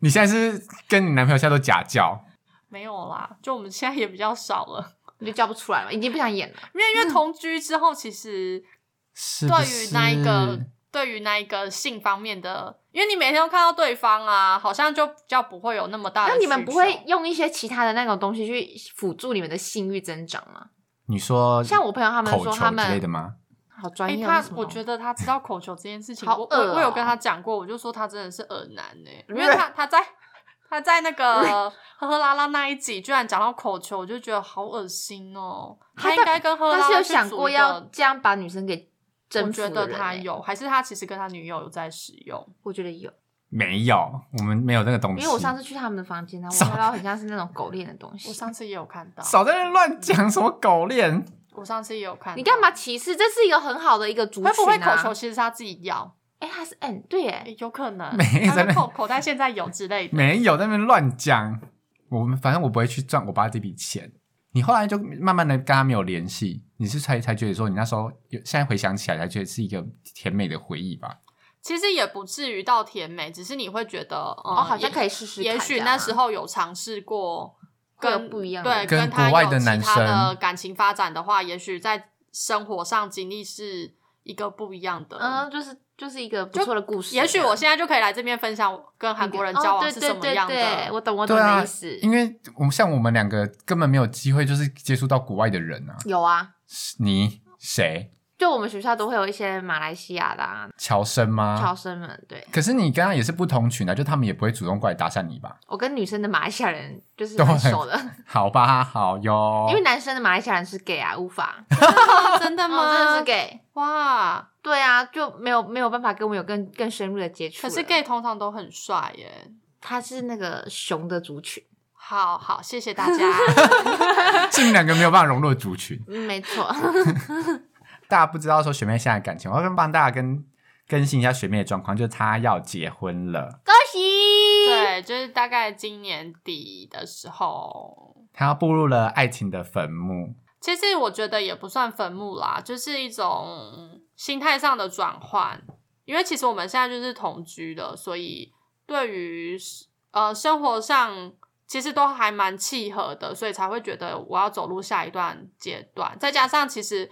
B: 你现在是跟你男朋友现在都假教，
C: 没有啦，就我们现在也比较少了，
A: 你就叫不出来了，已经不想演了。
C: 因为因为同居之后，其实
B: 是不
C: 对于
B: 是
C: 那一个、对于那一个性方面的因为你每天都看到对方啊，好像就比较不会有那么
B: 啊
C: 大的
A: 那
C: 需求。
A: 你们不会用一些其他的那种东西去辅助你们的性欲增长吗？
B: 你说
A: 像我朋友他们
B: 嗯口
A: 说
B: 球
A: 他们
B: 之类的吗？
A: 好专
C: 哎、
A: 业、哦
C: 他我觉
A: 得
C: 得他知道口球这件事情，
A: 好
C: 我
A: 恶哦
C: 我我有跟他讲过，我就说他真的是恶男呢、因为他他在他在 那 个呵呵啦啦那一集居然讲到口球，我就觉得好恶心哦、
A: 他
C: 他应该跟呵呵啦
A: 他
C: 啦
A: 是有
C: 去
A: 想
C: 组
A: 过
C: 一
A: 要
C: 个
A: 这样把女生给
C: 我
A: 征服
C: 觉得
A: 的人
C: 他
A: 欸，
C: 有，还是他其实跟他女友有在使用？
A: 我觉得有，
B: 没有，我们没有那个东
A: 因
B: 西。
A: 为我上次去他们的房间，然后我
B: 少
A: 看到很像是那种狗链的东
C: 我
A: 西。
C: 上次也有看到，
B: 少在那乱讲什么狗链，
C: 我上次也有看到。
A: 你干嘛？歧视？这是一个很好的一个族群、啊。
C: 会不会口球？其实他自己要？
A: 哎、他是嗯，对耶，
C: 欸有可 能，
B: 没有
C: 他
B: 在
C: 的
B: 那
C: 口口袋现在有之类的。
B: 没有在那边乱讲。我们反正我不会去赚我爸这笔钱。你后来就慢慢的跟他没有联系，你是才才觉得说你那时候有，现在回想起来才觉得是一个甜美的回忆吧？
C: 其实也不至于到甜美，只是你会觉得，哦
A: 哦，好像可
C: 以
A: 以试试看这样
C: 也
A: 啊。
C: 许那时候有尝试过
A: 会有
C: 跟
A: 不一样的
C: 对，
B: 跟
C: 他
B: 国外
C: 有
B: 的
C: 其
B: 男
C: 他的
B: 生
C: 感情发展的话，也许在生活上经历是一个不一样的。
A: 嗯，就是就是一个不错的故事。
C: 也许我现在就可以来这边分享我跟韩国人交往是什么样的。
A: 哦、对 对对对我懂我懂
B: 对
A: 你的
B: 啊
A: 意思。
B: 因为我们像我们两个根本没有机会，就是接触到国外的人啊。
A: 有啊，
B: 你谁？
A: 就我们学校都会有一些马来西亚的、啊、
B: 乔生吗？
A: 侨生们，对
B: 可是你跟他也是不同群啊的，就他们也不会主动过来搭讪你吧？
A: 我跟女生的马来西亚人就是
B: 都
A: 蛮
B: 很
A: 熟的，
B: 好吧，好哟。
A: 因为男生的马来西亚人是 gay 啊，无法，
C: 啊真的
A: 哦、
C: 吗？
A: 真的是 gay。
C: 哇！
A: 对啊，就没有没有办法跟我有更更深入的接触
C: 可
A: 了。
C: 是 gay 通常都很帅耶。
A: 他是那个熊的族群，
C: 好好，谢谢大家。
B: 是你们两个没有办法融入的族群。
A: 嗯，没 错。
B: 大家不知道说学妹现在的感情，我要跟帮大家跟更新一下学妹的状况，就是她要结婚了，
A: 恭喜！，
C: 对，就是大概今年底的时候，
B: 她要步入了爱情的坟墓。
C: 其实我觉得也不算坟墓啦，就是一种心态上的转换。因为其实我们现在就是同居的，所以对于呃生活上其实都还蛮契合的，所以才会觉得我要走入下一段阶段。再加上其实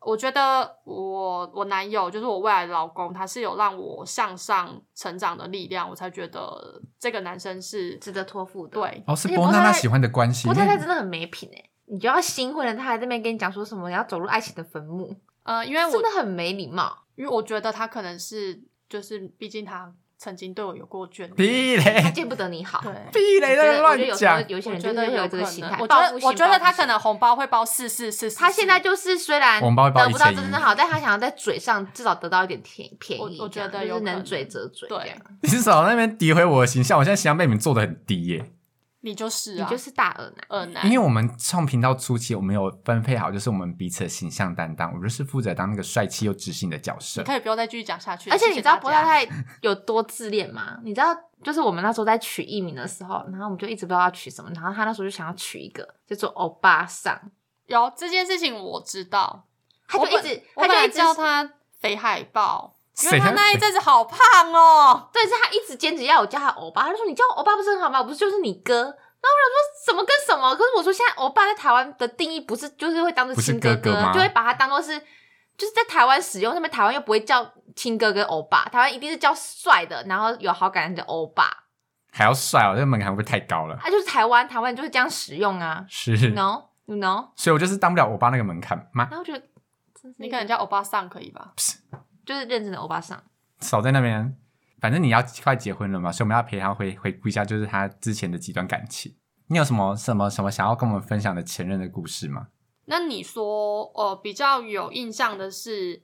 C: 我觉得我我男友就是我未来的老公，他是有让我向上成长的力量，我才觉得这个男生是
A: 值得托付的。，
C: 对
B: 哦，是
A: 而且
B: 波娜
A: 波
B: 娜
A: 太太
B: 喜欢的关系
A: 不，过太
B: 因为
A: 太真的很没品哎、你就要新婚了，他还在那边跟你讲说什么要走入爱情的坟墓，
C: 呃，因为我
A: 真的很没礼貌。
C: 因为我觉得他可能是就是，毕竟他曾经对我有过眷恋。
B: 避
A: 他
B: 雷，
A: 见不得你好，
C: 对，
B: 避雷在那
A: 我觉得
B: 乱
A: 有时候
B: 讲。
A: 有些
C: 我
A: 人
C: 觉
A: 就是
C: 得
A: 会有
C: 有
A: 这个
C: 可
A: 心
C: 能
A: 态。。
C: 我
A: 报
C: 觉
A: 复
C: 得，
A: 性
C: 我觉得
A: 报
C: 他
A: 复
C: 可
A: 性
C: 能红包会包四四四四。
A: 他现在就是虽然
B: 我们帮会报
A: 得
B: 一
A: 不到
B: 千
A: 真正
B: 一
A: 的，好，但他想要在嘴上至少得到一点便便宜。
C: 我我觉得
A: 这样就
C: 有
A: 是
C: 可能
A: 能嘴则嘴，
C: 对
A: 这样
B: 你是少在那边诋毁我的形象，我现在形象被你们做的很低耶、
C: 你就是
A: 你
C: 啊，
A: 就是大恶男。
C: 二男
B: 因为。我们创频道初期，我们有分配好，就是我们彼此的形象担当，我就是负责当那个帅气又知性的角
C: 你
B: 色。
C: 可以不用再继续讲下去。
A: 而且你知道
C: 博
A: 博太太有多自恋吗？你知道，就是我们那时候在取艺名的时候，然后我们就一直不知道要取什么，然后他那时候就想要取一个叫做欧巴桑，
C: 有这件事情我知道，
A: 他就
C: 我
A: 一
C: 本
A: 直
C: 我
A: 他
C: 本来
A: 就一直
C: 叫他肥海豹，因为
B: 谁
C: 他
B: 啊
C: 那一阵子好胖哦。
A: 对，是他一直坚持要我叫他欧巴，他就说你叫我欧巴不是很好吗？我不是就是你哥？然后我想说什么跟什么？可是我说现在欧巴在台湾的定义不是就是会当做
B: 不是
A: 亲哥
B: 哥哥吗
A: 就会把他当做是就是在台湾使用，那边台湾又不会叫亲哥跟欧巴，台湾一定是叫帅的，然后有好感的欧巴，
B: 还要帅哦，这个门槛会不会太高了？
A: 他、就是台湾台湾就是这样使用啊
B: 是
A: ，no you know，
B: 所以我就是当不了欧巴那个门槛吗？
A: 然后我觉得真是
C: 你
A: 一
C: 可
A: 个
C: 能叫欧巴桑可以吧？
A: 就是认真的欧巴桑，
B: 少在那边，反正你要快结婚了嘛，所以我们要陪他回回顾一下，就是他之前的几段感情。你有什么什么什么想要跟我们分享的前任的故事吗？
C: 那你说，呃，比较有印象的是，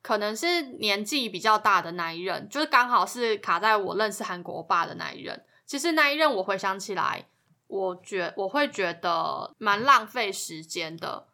C: 可能是年纪比较大的那一任，就是刚好是卡在我认识韩国欧巴的那一任。其实那一任我回想起来，我觉我会觉得蛮浪费时间的，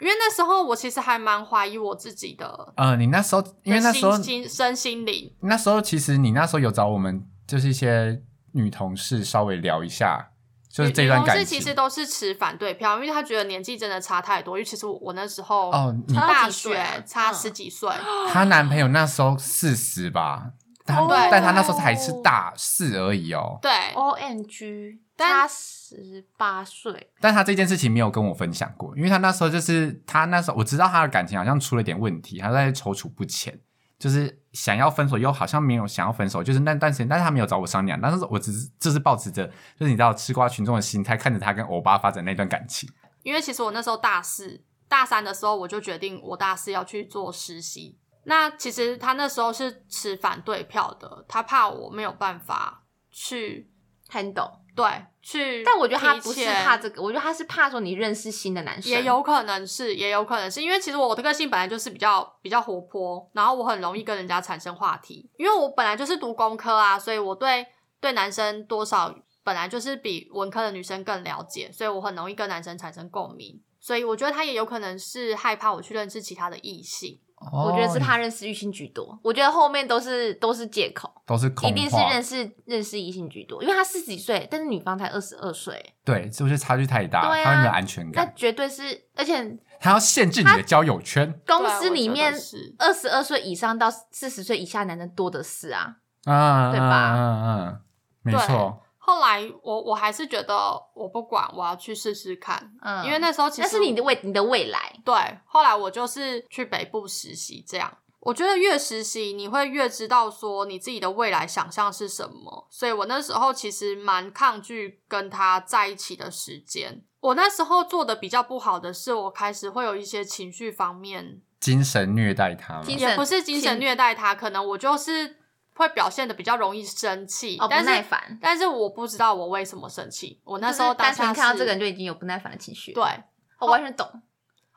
C: 因为那时候我其实还蛮怀疑我自己的，
B: 呃，你那时候因为那时候
C: 的心心身心灵，
B: 那时候其实你那时候有找我们就是一些女同事稍微聊一下，就是这段
C: 女
B: 感
C: 同事其实
B: 情。
C: 都是持反对票，因为他觉得年纪真的差太多。因为其实我我那时候
B: 哦，你
A: 差
C: 大
A: 几岁啊
C: 学差
A: 嗯
C: 十几岁，
B: 她男朋友那时候四十吧，但
A: 哦
C: 对
B: 但她那时候才是大四而已哦。
C: 对，
A: O M G，
C: 但
A: 他十八岁，
B: 但他这件事情没有跟我分享过，因为他那时候就是他那时候我知道他的感情好像出了点问题，他在踌躇不前，就是想要分手又好像没有想要分手，就是那段时间，但是他没有找我商量，但是我只是就是抱持着就是你知道吃瓜群众的心态，看着他跟欧巴发展那段感情。
C: 因为其实我那时候大四、大三的时候，我就决定我大四要去做实习。那其实他那时候是持反对票的，他怕我没有办法去
A: ，handle。
C: 对去提前，
A: 但我觉得他不是怕这个，我觉得他是怕说你认识新的男生，
C: 也有可能是，也有可能是因为其实我的个性本来就是比较比较活泼，然后我很容易跟人家产生话题，因为我本来就是读工科啊，所以我对对男生多少本来就是比文科的女生更了解，所以我很容易跟男生产生共鸣，所以我觉得他也有可能是害怕我去认识其他的异性，
A: 我觉得
B: 哦
A: 是怕认识异性居多。我觉得后面都是都是借口，
B: 都是空
A: 一定是
B: 话
A: 认识认识异性居多，因为他四十几岁，但是女方才二十二岁，
B: 对，就是差距太大，
A: 对啊
B: 他会没有安全
A: 那
B: 感，
A: 绝对是，而且
B: 他要限制你的交友圈
A: 公
C: 对啊我
A: 司里
C: 觉得
A: 面
C: 是
A: 二十二岁以上到四十岁以下的男人多的是啊，
B: 啊，
A: 对吧
B: 嗯嗯嗯，没
C: 对
B: 错，
C: 后来我我还是觉得我不管，我要去试试看，
A: 嗯，
C: 因为那时候其实
A: 那是你的未你的未来，
C: 对，后来我就是去北部实习，这样我觉得越实习你会越知道说你自己的未来想象是什么，所以我那时候其实蛮抗拒跟他在一起的时间。我那时候做的比较不好的是，我开始会有一些情绪方面，
B: 精神虐待他嘛
A: 精，神
C: 也不是精神虐待他，可能我就是会表现的比较容易生气，
A: 哦，不
C: 但
A: 耐
C: 是
A: 烦。
C: 但是我不知道我为什么生气，我那
A: 就是
C: 时候当
A: 单
C: 下
A: 纯
C: 是
A: 看到这个人就已经有不耐烦的情绪，
C: 对，，哦
A: 我完全懂。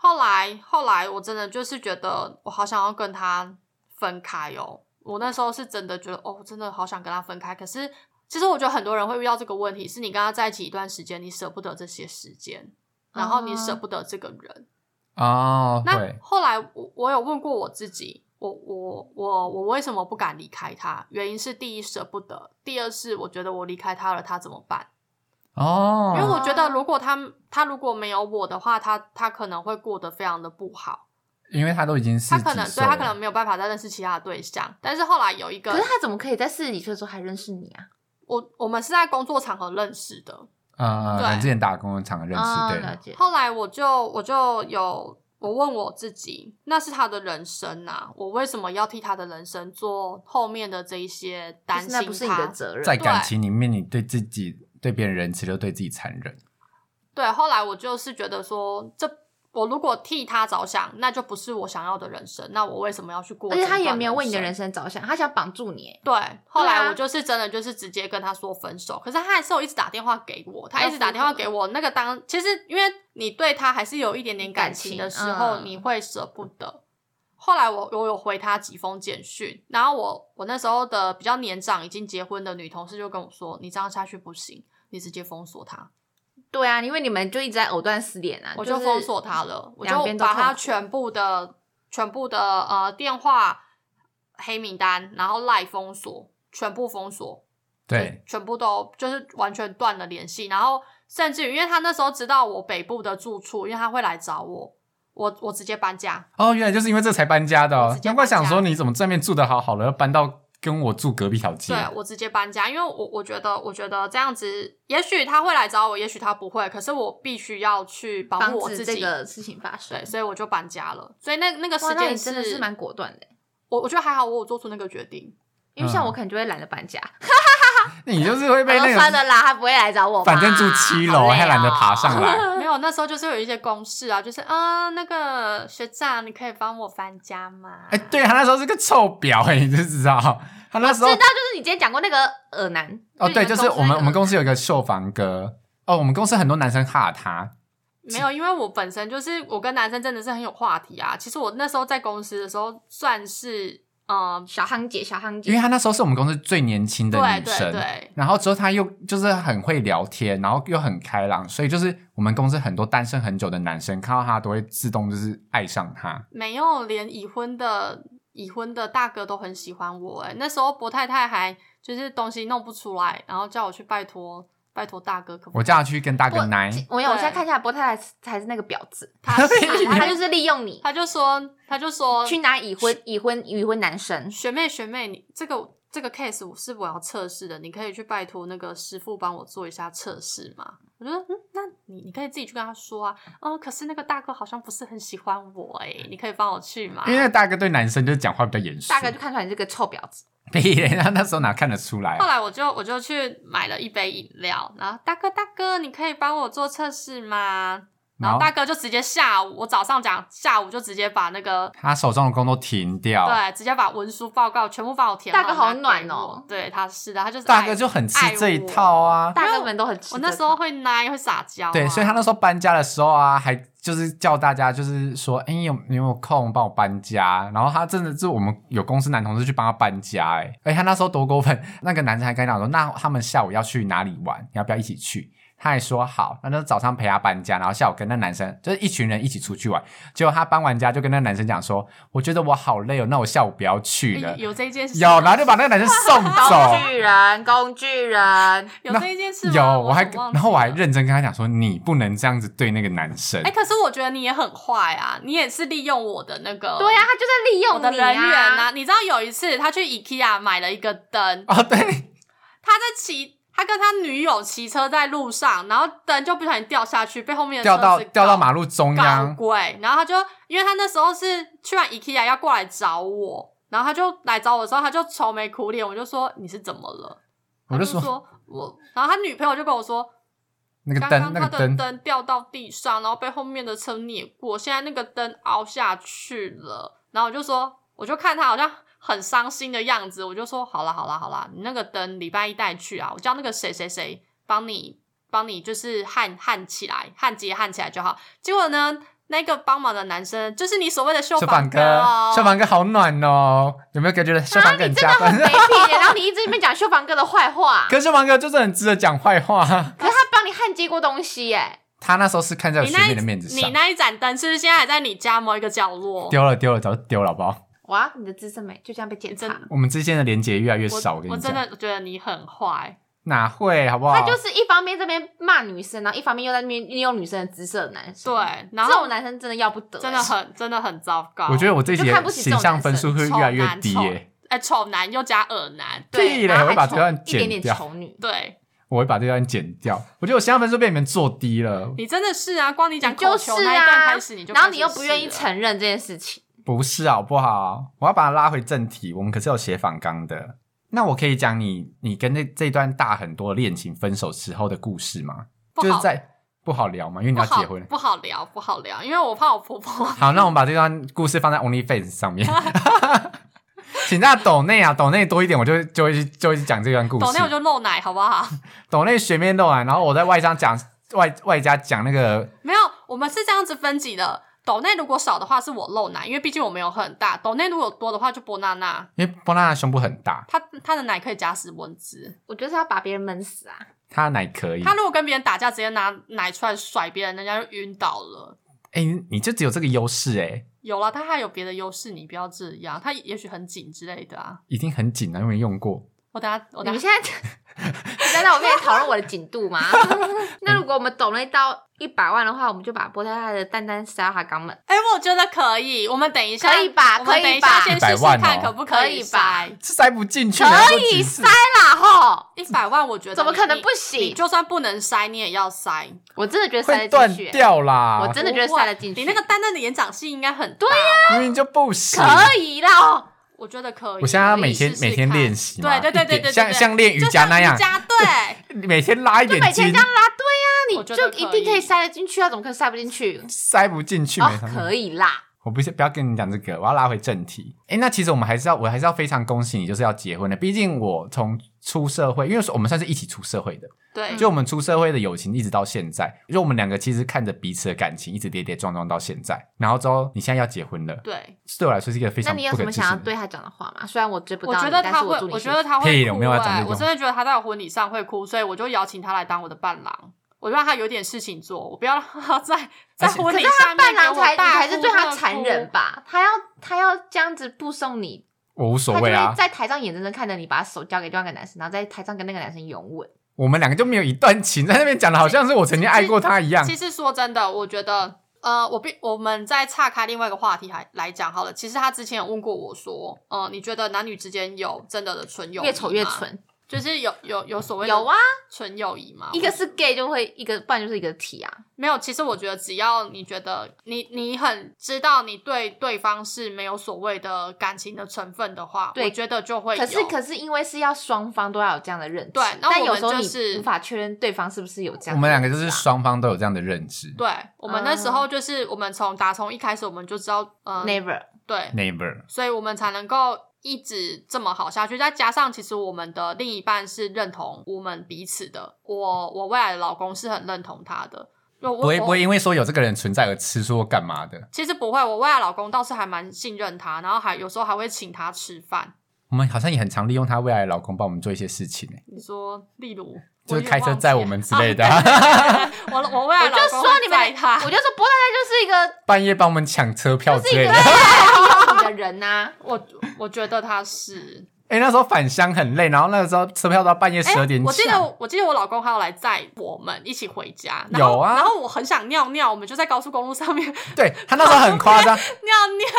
C: 后来，后来我真的就是觉得我好想要跟他分开哦。我那时候是真的觉得，哦，真的好想跟他分开。可是，其实我觉得很多人会遇到这个问题，是你跟他在一起一段时间，你舍不得这些时间，然后你舍不得这个人。
B: 哦，
C: 那
B: 会，
C: 后来我我有问过我自己，我我我我为什么不敢离开他？原因是第一舍不得，第二是我觉得我离开他了，他怎么办？
B: 哦，
C: 因为我觉得如果他他如果没有我的话，他他可能会过得非常的不好。
B: 因为他都已经是
C: 他可能对他可能没有办法再认识其他的对象，但是后来有一个
A: 可是，他怎么可以在四十几岁的时候还认识你啊？
C: 我我们是在工作场合认识的，
B: 呃，
C: 对
B: 咱之前打工的场合认
A: 哦
B: 识，
A: 了
B: 对，
A: 解。
C: 后来我就我就有我问我自己，那是他的人生呐、我为什么要替他的人生做后面的这一些担
A: 就是那不是
C: 心
A: 你的
C: 他？
A: 责任，
B: 在感情里面，你对自己、对别人仁慈，就对自己残忍。
C: 对，后来我就是觉得说，这我如果替他着想，那就不是我想要的人生，那我为什么要去过？
A: 而且他也没有为你的人生
C: 生。
A: 着想，他想绑住你耶。
C: 对，后
A: 对
C: 来
A: 啊
C: 我就是真的就是直接跟他说分手，可是他还是有一直打电话给我，他一直打电话给我。那个当其实因为你对他还是有一点点感情的时候，
A: 感情嗯
C: 你会舍不得。后来我我有回他几封简讯，然后我我那时候的比较年长已经结婚的女同事就跟我说：“你这样下去不行，你直接封锁他。
A: 对啊，因为你们就一直在藕断丝连啊，
C: 我
A: 就
C: 就是封锁他了，我就
A: 两边都
C: 把他
A: 痛苦
C: 全部的全部的呃电话黑名单，然后赖封锁，全部封锁。
B: 对，
C: 全部都就是完全断了联系，然后甚至于因为他那时候知道我北部的住处，因为他会来找我，我我直接搬家，
B: 哦，原来就是因为这才搬家的、
C: 我
B: 哦
C: 直，接
B: 难怪
C: 搬家
B: 想说你怎么这边住的好好的，要搬到跟我住隔壁小街
C: 对。我直接搬家，因为我我觉得我觉得这样子，也许他会来找我，也许他不会，可是我必须要去保护
A: 防
C: 我
A: 止
C: 自
A: 这
C: 己，
A: 个事情发生
C: 对，。所以我就搬家了，所以那那个时
A: 哇，那
C: 间
A: 你真的是蛮果断的耶，
C: 我我觉得还好，我有做出那个决定，
A: 因为像
B: 嗯
A: 我可能就会懒得搬家，
B: 你就是会
A: 我
B: 被
A: 说
B: 那
A: 算
B: 个，
A: 了啦，他不会来找我吧，
B: 反正住七
A: 好
B: 楼，
A: 累哦
B: 还懒得爬上。来。
C: 没有，那时候就是有一些公事啊，就是啊、那个学长，你可以帮我搬家吗？
B: 哎、对他那时候是个臭婊、哎，你就知道他那时
A: 知
B: 候
A: 道，就是你今天讲过那个耳男
B: 哦，对，就是我们我们公
A: 司
B: 司有一个秀房哥，哦，我们公司很多男生哈他，
C: 没有，因为我本身就是我跟男生真的是很有话题啊。其实我那时候在公司的时候，算是嗯
A: 那个，小夯姐，小夯姐，
B: 因为他那时候是我们公司最年轻的
C: 对
B: 女
C: 对
B: 生，
C: 对，
B: 然后之后他又就是很会聊天，然后又很开朗，所以就是我们公司很多单身很久的男生看到他都会自动就是爱上他。
C: 没有连已婚的已婚的大哥都很喜欢我、欸。那时候博太太还就是东西弄不出来，然后叫我去拜托拜托大哥，可不可以
B: 我叫他去跟大哥
A: 我
B: 奶，
A: 我有，我现在
C: 对
A: 看一下，波太太才是那个婊 子，
C: 他是
A: 他
C: 他
A: 就
C: 就是
A: 是利用你
C: 他就说他就说
A: 去拿已婚、已婚、已婚男生。
C: 学妹学妹，你这个这个 case 我是我要测试的，你可以去拜托那个师傅帮我做一下测试吗？我觉得嗯，那你你可以自己去跟他说啊，哦，可是那个大哥好像不是很喜欢我哎、你可以帮我去吗？
B: 因为那个大哥对男生就讲话比较严肃，
A: 大概就看出来你是个臭婊子。
B: 屁咧，他那时候哪看得出来
C: 后
B: 啊？
C: 来我就我就去买了一杯饮料，然后大哥大哥，你可以帮我做测试吗？然
B: 然
C: 后
B: 后
C: 大哥就直接下午，我早上讲，下午就直接把那个
B: 他手上的工作停掉，
C: 对，直接把文书报告全部帮我填
A: 大哥好
C: 拿给
A: 暖
C: 我
A: 哦
C: 对，他是的，他就是
B: 大
C: 爱
B: 哥就很吃
C: 爱
B: 这一
C: 我
B: 套啊。
A: 大哥们都很吃
C: 我
A: 这
C: 那时
A: 套
C: 候会奶会撒娇啊、
B: 对，所以他那时候搬家的时候啊，还就是叫大家就是说，哎、你有你有没有空帮我搬家？然后他真的是我们有公司男同事去帮他搬家、哎，而且他那时候多过分，那个男生还跟他讲说，那他们下午要去哪里玩，你要不要一起去？他还说好，那就早上陪他搬家，然后下午跟那男生就是一群人一起出去玩。结果他搬完家就跟那男生讲说，我觉得我好累哦，那我下午不要去了
C: 诶。有这一件事
B: 有，
C: 吗，
B: 然后就把那个男生送走
A: 工。具人，工具人，
C: 有
B: 那
C: 这一件事吗，
B: 有，
C: 我
B: 我还
C: 怎么忘
B: 然后
C: 记
B: 我还
C: 了
B: 认真跟他讲说，你不能这样子对那个男生。
C: 哎、可是我觉得你也很坏啊，你也是利用我的那 个
B: 啊
A: 对呀、啊他就在利
C: 我
A: 用
C: 的
A: 你
C: 人缘
A: 啊
C: 啊。你知道有一次他去 IKEA 买了一个灯，
B: 哦，对，
C: 他在骑，他跟他女友骑车在路上，然后灯就不小心掉下去，被后面 的
B: 掉到
C: 车子
B: 掉到
C: 搞
B: 马路中
C: 搞
B: 央，
C: 鬼，然后他就因为他那时候是去完 IKEA 要过来找我，然后他就来找我的时候，他就愁眉苦脸，我就说你是怎么了？
B: 我
C: 他
B: 就
C: 就
B: 说
C: 我，然后他女朋友就跟我说，
B: 那个
C: 刚
B: 灯
C: 刚
B: 那
C: 他
B: 个
C: 的
B: 灯，
C: 灯掉到地上，然后被后面的车碾过，现在那个灯凹下去了，然后我就说，我就看他好像。很伤心的样子，我就说好啦好啦好啦，你那个灯礼拜一带去啊，我叫那个谁谁谁帮你帮你就是焊焊起来，焊接焊起来就好。结果呢，那个帮忙的男生就是你所谓的秀
B: 秀凡
C: 哥
B: 哥
C: 哦，，
B: 秀凡哥好暖哦，有没有感觉秀
A: 啊，
B: 凡
A: 你真
B: 哥很
A: 的
B: 加
A: 很
B: 分
A: 没？品耶，欸然后你一直一边讲秀房哥的坏话，
B: 可是秀凡哥就是很值得讲坏话，
A: 可是他帮你焊接过东西欸耶，
B: 他那时候是看在我
C: 你
B: 学
C: 那
B: 妹
C: 一
B: 的面子
C: 你
B: 上，
C: 那一盏灯是不是现在还在你家某一个角落？
B: 丢了丢了，早就丢了，好不好？
A: 哇，你的资深美就这样被检
C: 你
A: 查
C: 真。
B: 我们之间的连接越来越
C: 我
B: 少，我跟
C: 我
B: 你
C: 真
B: 讲，
C: 的觉得你很坏，
B: 哪会好不好？
A: 他就是一方面这边骂女生，然后一方面又在那边利用女生的姿色的男生。
C: 对，，然
A: 这种
C: 后
A: 男生真的要不得，欸
C: 真的很真的很糟糕。
B: 我觉得我这
A: 就
B: 节
A: 看不起这
B: 形
A: 种
B: 象
A: 男
B: 分
A: 生
B: 数会越来越低
C: 丑男
B: 耶，
C: 哎、丑男又加恶男，
A: 对，
B: 屁嘞
A: 然后还
B: 我会把
A: 丑
B: 这段
A: 一点
B: 剪
A: 点
B: 掉
A: 丑女，
C: 对
B: 我会把这段剪掉。我觉得我形象分数被你们做低了，
C: 你真的是啊，光你讲
A: 你就
C: 口
A: 是
C: 球那一段
A: 啊
C: 开始，你就
A: 然后
C: 开
A: 你
C: 始
A: 又不愿意
C: 是了
A: 承认这件事情，
B: 不是好不好？我要把它拉回正题，我们可是有写反纲的。那我可以讲你你跟那这段大很多的恋情分手时候的故事吗？
C: 不
B: 就是
C: 好
B: 在不好聊嘛，因为你
C: 不
B: 要
C: 好
B: 结婚了。
C: 不好聊不好聊，因为我怕我婆婆。
B: 好，那我们把这段故事放在 OnlyFans 上 面，请大家抖内啊，抖内多一点，我就就会去就会去讲这段故事。
C: 抖内我就露奶好不好？
B: 抖内学面露啊，然后我在外商讲外外加讲那个
C: 没有，我们是这样子分级的。抖内如果少的话是我露奶，因为毕竟我没有很大。抖内如果多的话就波娜娜，
B: 因为波娜的胸部很大，
C: 她她的奶可以夹死蚊子。
A: 我就是要把别人闷死啊！
B: 她的奶可以。
C: 她如果跟别人打架，直接拿奶出来甩别人，人家就晕倒了。
B: 哎、你你就只有这个优势哎，
C: 有啦，她还有别的优势，你不要这样。她也许很紧之类的啊。
B: 一定很紧啊，因为没用过。
C: 我等下我
A: 你
C: 等
A: 们
C: 下
A: 现 在你在在我面前讨论我的紧度吗？那如果我们抖了到一百万的话，我们就把波太太的蛋蛋塞到她肛门，
C: 哎、我觉得可以，我们等一下
A: 可以吧
C: 我们等一下
A: 可
C: 先
A: 以
B: 吧
C: 试试
B: 100万
C: 看
B: 哦
C: 可不
A: 可
C: 以
A: 以吧
C: 塞。
B: 是塞不进去，
A: 可以塞啦吼！
C: 一百万，我觉得
A: 怎么可能
C: 你
A: 不行
C: 你就算不能塞，你也要塞。
A: 我真的觉得塞
B: 会
A: 得
B: 断
A: 进去、欸，
B: 掉啦。
A: 我真的觉得塞得进去
C: 你那个丹丹的眼掌戏应该很对
B: 明明就不行。
A: 可以啦吼！
C: 我觉得可以。
B: 我现在要每
C: 可
B: 天
C: 以试试看
B: 每天练习嘛，
C: 对对对
B: 一点
C: 对对，
B: 像
C: 对
B: 像练瑜伽那样
C: 就，像瑜伽对，
B: 每天拉一
A: 就每
B: 点
A: 天
B: 筋
A: 这，样拉，对呀、
C: 我
A: 你
C: 觉
A: 就
C: 得
A: 一
C: 可
A: 定可以
C: 以
A: 塞得进去啊，怎么可能塞不进去？
B: 塞不进去。
A: 哦
B: 没什，么
A: 可以啦，
B: 我不是不要跟你讲这个，我要拉回正题。哎，那其实我们还是要，我还是要非常恭喜你，就是要结婚的。毕竟我从出社会，因为我们算是一起出社会的，
C: 对，
A: 嗯
B: 就我们出社会的友情一直到现在，就我们两个其实看着彼此的感情一直跌跌撞撞到现在。然后之后你现在要结婚了，
C: 对。
B: 对我来说是一个非
A: 那
B: 常
A: 你有
B: 不
A: 什
B: 可
A: 么
B: 置信
A: 想要
B: 的。
A: 对他讲的话吗？虽然我追不
C: 我
A: 到
C: 觉
A: 你，
C: 得
A: 但
C: 他
A: 是
C: 会
A: 祝，你
C: 我觉
A: 幸
C: 得他
B: 屁
C: 会
B: 的
C: 哭、
B: 我没有要讲
C: 欸，
B: 这
C: 我
B: 种
C: 真的觉得他在我婚礼上会哭，所以我就邀请他来当我的伴郎。我就让他有点事情做，我不要让他 在在
B: 而且
C: 婚
A: 可
C: 礼
A: 是他
C: 上面
A: 伴郎
C: 给我
A: 才，你
C: 大
A: 才是
C: 哭
A: 对
C: 特
A: 他
C: 哭
A: 残忍吧？他要他要这样子不送你，
B: 我无所
A: 他就
B: 谓啊
A: 会，在台上眼睁睁看着你把手交给另外一个男生，然后在台上跟那个男生拥吻。
B: 我们两个就没有一段情，在那边讲的好像是我曾经爱过他一样。
C: 其实说真的，我觉得，呃，我并我们再岔开另外一个话题还来讲好了。其实他之前有问过我说，呃，你觉得男女之间有真的的纯友谊
A: 越丑越
C: 吗？
A: 蠢，
C: 就是有有有所谓的
A: 有啊，
C: 纯友谊吗？
A: 一个是 gay 就会一个，不然就是一个 T 啊。
C: 没有，其实我觉得只要你觉得你你很知道你对对方是没有所谓的感情的成分的话，
A: 对
C: 我觉得就会有
A: 可是可是因为是要双方都要有这样的认知，
C: 对那
A: 但
C: 我
A: 有
C: 们
A: 时候
C: 就
A: 你
C: 是
A: 无法确认对方是不是有这样的认知啊、
B: 我们两个就是双方都有这样的认知。
C: 对我们那时候
A: 嗯
C: 就是我们从打从一开始我们就知道，嗯、
A: never
C: 对，
B: Neighbor，
C: 所以我们才能够一直这么好下去。再加上，其实我们的另一半是认同我们彼此的，我我未来的老公是很认同他的。就我
B: 不会
C: 我
B: 不会因为说有这个人存在而吃醋或干嘛的。
C: 其实不会，我未来老公倒是还蛮信任他，然后还有时候还会请他吃饭。
B: 我们好像也很常利用她未来的老公帮我们做一些事情、欸，
C: 你说，例如
B: 就是开车载我们之类的、
C: 我有
B: 啊，
C: 点忘记了 我我未来
A: 我
C: 老
A: 就说
C: 公会
A: 你们
C: 载
A: 俩，
C: 他
A: 我，就说波大概
B: 半夜帮我们抢车票之
A: 就是一
B: 类
A: 个
B: 的。
A: 爱你的人啊呐、
C: 我我觉得他是。
B: 哎、那时候返乡很累，然后那个时候车票到半夜
C: 哎，
B: 十二点抢、
C: 我记得我记得我老公还有来载我们一起回家，然后
B: 有啊
C: 然后我很想尿尿，我们就在高速公路上面 尿
B: 对她那时候很夸 张，
C: 尿，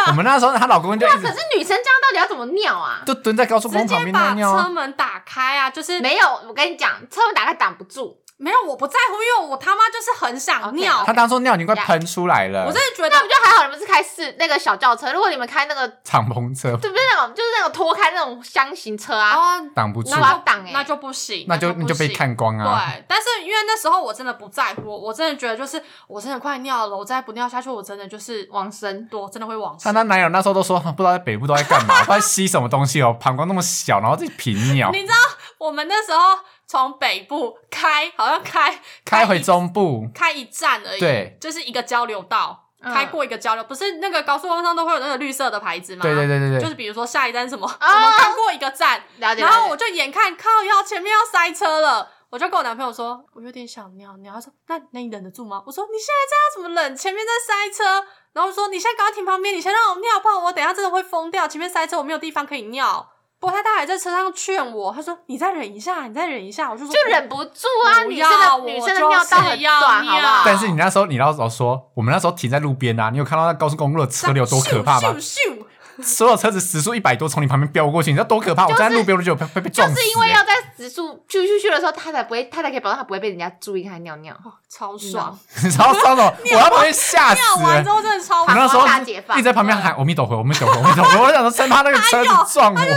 B: 我们那时候她老公就一
A: 啊可
B: 直
A: 是女生这样到底要怎么尿啊？
B: 就蹲在高速公
C: 直
B: 路旁
C: 接
B: 边尿
C: 把
B: 尿、
C: 车
B: 啊。
C: 门打开啊！就是
A: 没有，我跟你讲，车门打开挡不住，
C: 没有，我不在乎，因为我他妈就是很想尿
A: OK，
B: 她当初尿已经快喷出来了，
C: 我真的觉
A: 那
C: 得
A: 我就还好，你们是开四那个小轿车，如果你们开那个，
B: 敞篷车
A: 对不对？那种就是那种拖开那种箱型车啊，
C: 啊，
B: 挡不住
A: 那，我要挡哎、
C: 那就不行，
B: 那就
C: 不行
B: 你就被。看光啊。
C: 对，但是因为那时候我真的不在乎，我真的觉得就是我真的快尿了，我再不尿下去，我真的就是
A: 往生。
C: 我真的会往
B: 她
C: 生。
B: 她男友那时候都说不知道在北部都在干嘛，不 知道在吸什么东西哦，膀胱那么小，然后这平尿
C: 你知道我们那时候从北部开，好像开
B: 开回
C: 一
B: 中部，
C: 开一站而已，
B: 对，
C: 就是一个交流道，
A: 嗯
C: 开过一个交流，不是那个高速公路上都会有那个绿色的牌子吗？
B: 对对对对对，
C: 就是比如说下一站什么，我们刚过一个站，
A: 了解。
C: 然后
A: 了
C: 我
A: 解
C: 就眼看靠腰前面要塞车了。我就跟我男朋友说，我有点想尿尿。他说：“那那你忍得住吗？”我说：“你现在这样怎么忍？前面在塞车。”然后我说：“你现在赶快停旁边，你先让我尿，不然我等一下真的会疯掉。前面塞车，我没有地方可以尿。”不过他他还在车上劝我，他说：“你再忍一下，你再忍一下。”我就说：“
A: 就忍不住啊，
C: 不
A: 女
C: 要
A: 生的
C: 我
A: 女生的
C: 就是
A: 尿道很
C: 要
A: 短，好不
C: 尿
A: 好？
B: 但是你那时候，你那时候说，我们那时候停在路边啊，你有看到那高速公路的车流多可怕吗
C: 咻？咻咻
B: 所有车子时速一百多从你旁边飙过去，你知道多可怕？我
A: 就是
B: 站在路边我就觉得被被被
A: 就
B: 撞死、
A: 是因为要
B: 欸。
A: 在直速去去去的时候，她才不会，她才可以保证她不会被人家注意她尿尿。
C: 哦超爽！
B: 然后双手，我要旁边吓死
C: 尿完
B: 欸
C: 之！后真的超
B: 我那时候
A: 好大解放
B: 一直在旁边喊“阿弥陀佛，阿弥陀佛，阿弥陀佛”，我想说生怕那个车子撞我。
C: 他还在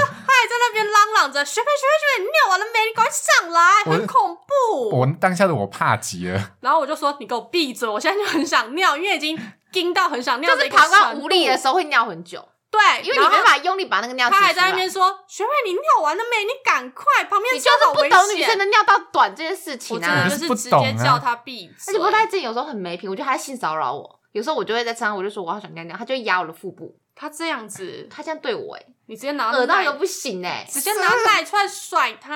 C: 那边嚷嚷着：“学妹，学妹，学妹，你尿完了没？你赶快上来，
B: 我
C: 很恐怖。
B: 我当下的我怕极了，”
C: 然后我就说：“你给我闭嘴！我现在就很想尿，因为已经盯到很想尿
A: 就
C: 的一
A: 是
C: 个
A: 膀胱
C: 程度
A: 无力的时候会尿很久，
C: 对，
A: 因为你没办
C: 法。
A: 法用力把那个尿挤
C: 他还在那
A: 出来
C: 边说：“学妹，你尿完了没？你赶快，旁边
A: 你
C: 车
A: 就是
C: 好
A: 不
C: 危
A: 懂女生
C: 险。
A: 的尿道短这件事”
C: 我
A: 情
C: 真
A: 啊
B: 我！
C: 的就
B: 就是是不
C: 直
B: 懂
C: 接
B: 啊
C: 叫他闭嘴。
A: 而且不太自己有时候很没品，我觉得她在性骚扰我。有时候我就会在车上，我就说我好想尿尿，她就会压我的腹部，
C: 他这样子，
A: 她这样对我、欸，
C: 你直接拿
A: 哎，恶到
C: 奶
A: 又不行哎、
C: 直接拿奶出来甩他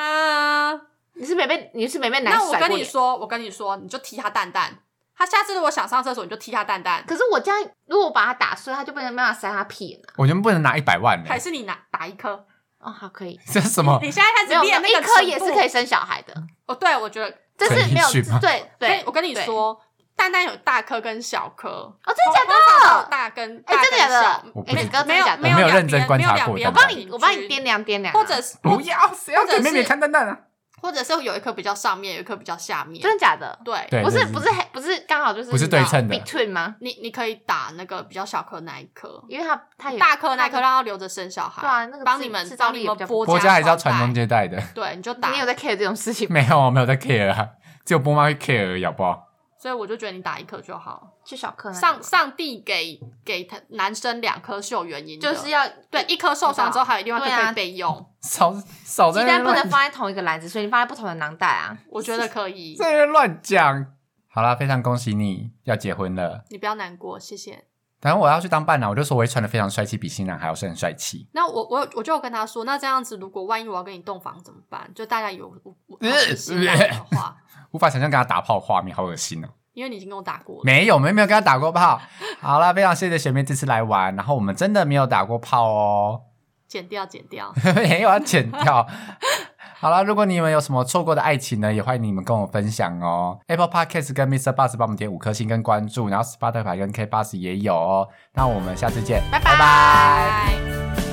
C: 啊。
A: 你是没被，你是没被男
C: 那
A: 生
C: 我
A: 甩
C: 跟
A: 过
C: 你
A: 脸。
C: 说，我跟你说，你就踢他蛋蛋。他下次如果想上厕所，你就踢他蛋 蛋，
A: 可是我这样，如果我把它打碎，它就不能没办法塞它屁眼了。
B: 我觉得不能拿一百万
C: 还
B: 嘞，
C: 是你拿打一颗？
A: 哦，好，可以。
B: 这是什么？
C: 你现在开
A: 没
C: 始
A: 有，没有
C: 练那个
A: 一颗也是可
C: 以。
A: 以生小孩的，
C: 哦，对，我觉得，
A: 这
B: 可以
A: 是没有
B: 去吗
A: 对
C: 对
A: 对，。
C: 我跟你
A: 对，
C: 说，蛋蛋有大颗跟小颗。
A: 哦，真的假
C: 通常都有
A: 的？
C: 大跟
A: 哎，
C: 大
A: 真的假
C: 跟
A: 的
C: 小，？
B: 我不
A: 哎，
B: 知
A: 哥，真
C: 没
A: 的假的？
C: 有有
B: 我没有
C: 两
B: 认
C: 边
B: 真观察
C: 没有两
B: 过
C: 边
A: 我帮
C: 平
A: 你，
C: 均
A: 我帮你掂量掂量啊，
C: 或者是
B: 不要，谁要给妹
C: 或者
B: 妹
C: 是
B: 看蛋蛋啊？
C: 或者是有一颗比较上面，有一颗比较下面。
A: 真的假的？
C: 对，
B: 对，
A: 不是
B: 对
A: 不是不是刚好就是
B: 不是对称的
A: between 吗？
C: 你你可以打那个比较小颗那一颗，
A: 因为它它有
C: 大颗那颗让他留着生小孩。
A: 对啊那个
C: 帮
A: 制
C: 你们
A: 制造
C: 帮
A: 力
C: 你
A: 也
C: 们
A: 比较
C: 剥
A: 不
B: 国家还是要传
C: 带
B: 宗接代的。
C: 对，你就打
A: 你有在 care 这种事情吗？
B: 没有，没有在 care 啊，只有波妈会 care 而已，好不好？
C: 所以我就觉得你打一颗就好。
A: 去小课那个
C: 上上帝给给他男生两颗是有原因的，
A: 就是要
C: 对一颗受伤之后，还有另外一
A: 对
C: 颗可
A: 啊
C: 以备用，
B: 少少在
A: 鸡
B: 那
A: 蛋不能
B: 乱
A: 放在同一个篮子，所以你放在不同的囊袋啊。
C: 我觉得可以。
B: 在那乱讲。好啦，非常恭喜你要结婚了。
C: 你不要难过，谢谢。
B: 然后我要去当伴郎，我就说我会穿的非常帅气，比新郎还要更帅气。
C: 那我我有我就有跟他说，那这样子，如果万一我要跟你洞房怎么办？就大家有我我我是新郎的话，
B: 无法想象跟他打炮的画面，好恶心哦！
C: 因为你已经跟我打过了，
B: 没有，我们没有跟他打过炮。好啦，非常谢谢学妹这次来玩，然后我们真的没有打过炮哦，
C: 剪掉剪掉。
B: 没有要剪掉。 好啦，如果你们有什么错过的爱情呢，也欢迎你们跟我分享哦。Apple Podcast 跟 Mr. Bus 帮我们点五颗星跟关注，然后 Spotify 跟 K Bus 也有哦。那我们下次见，
A: 拜拜
B: 拜
C: 拜。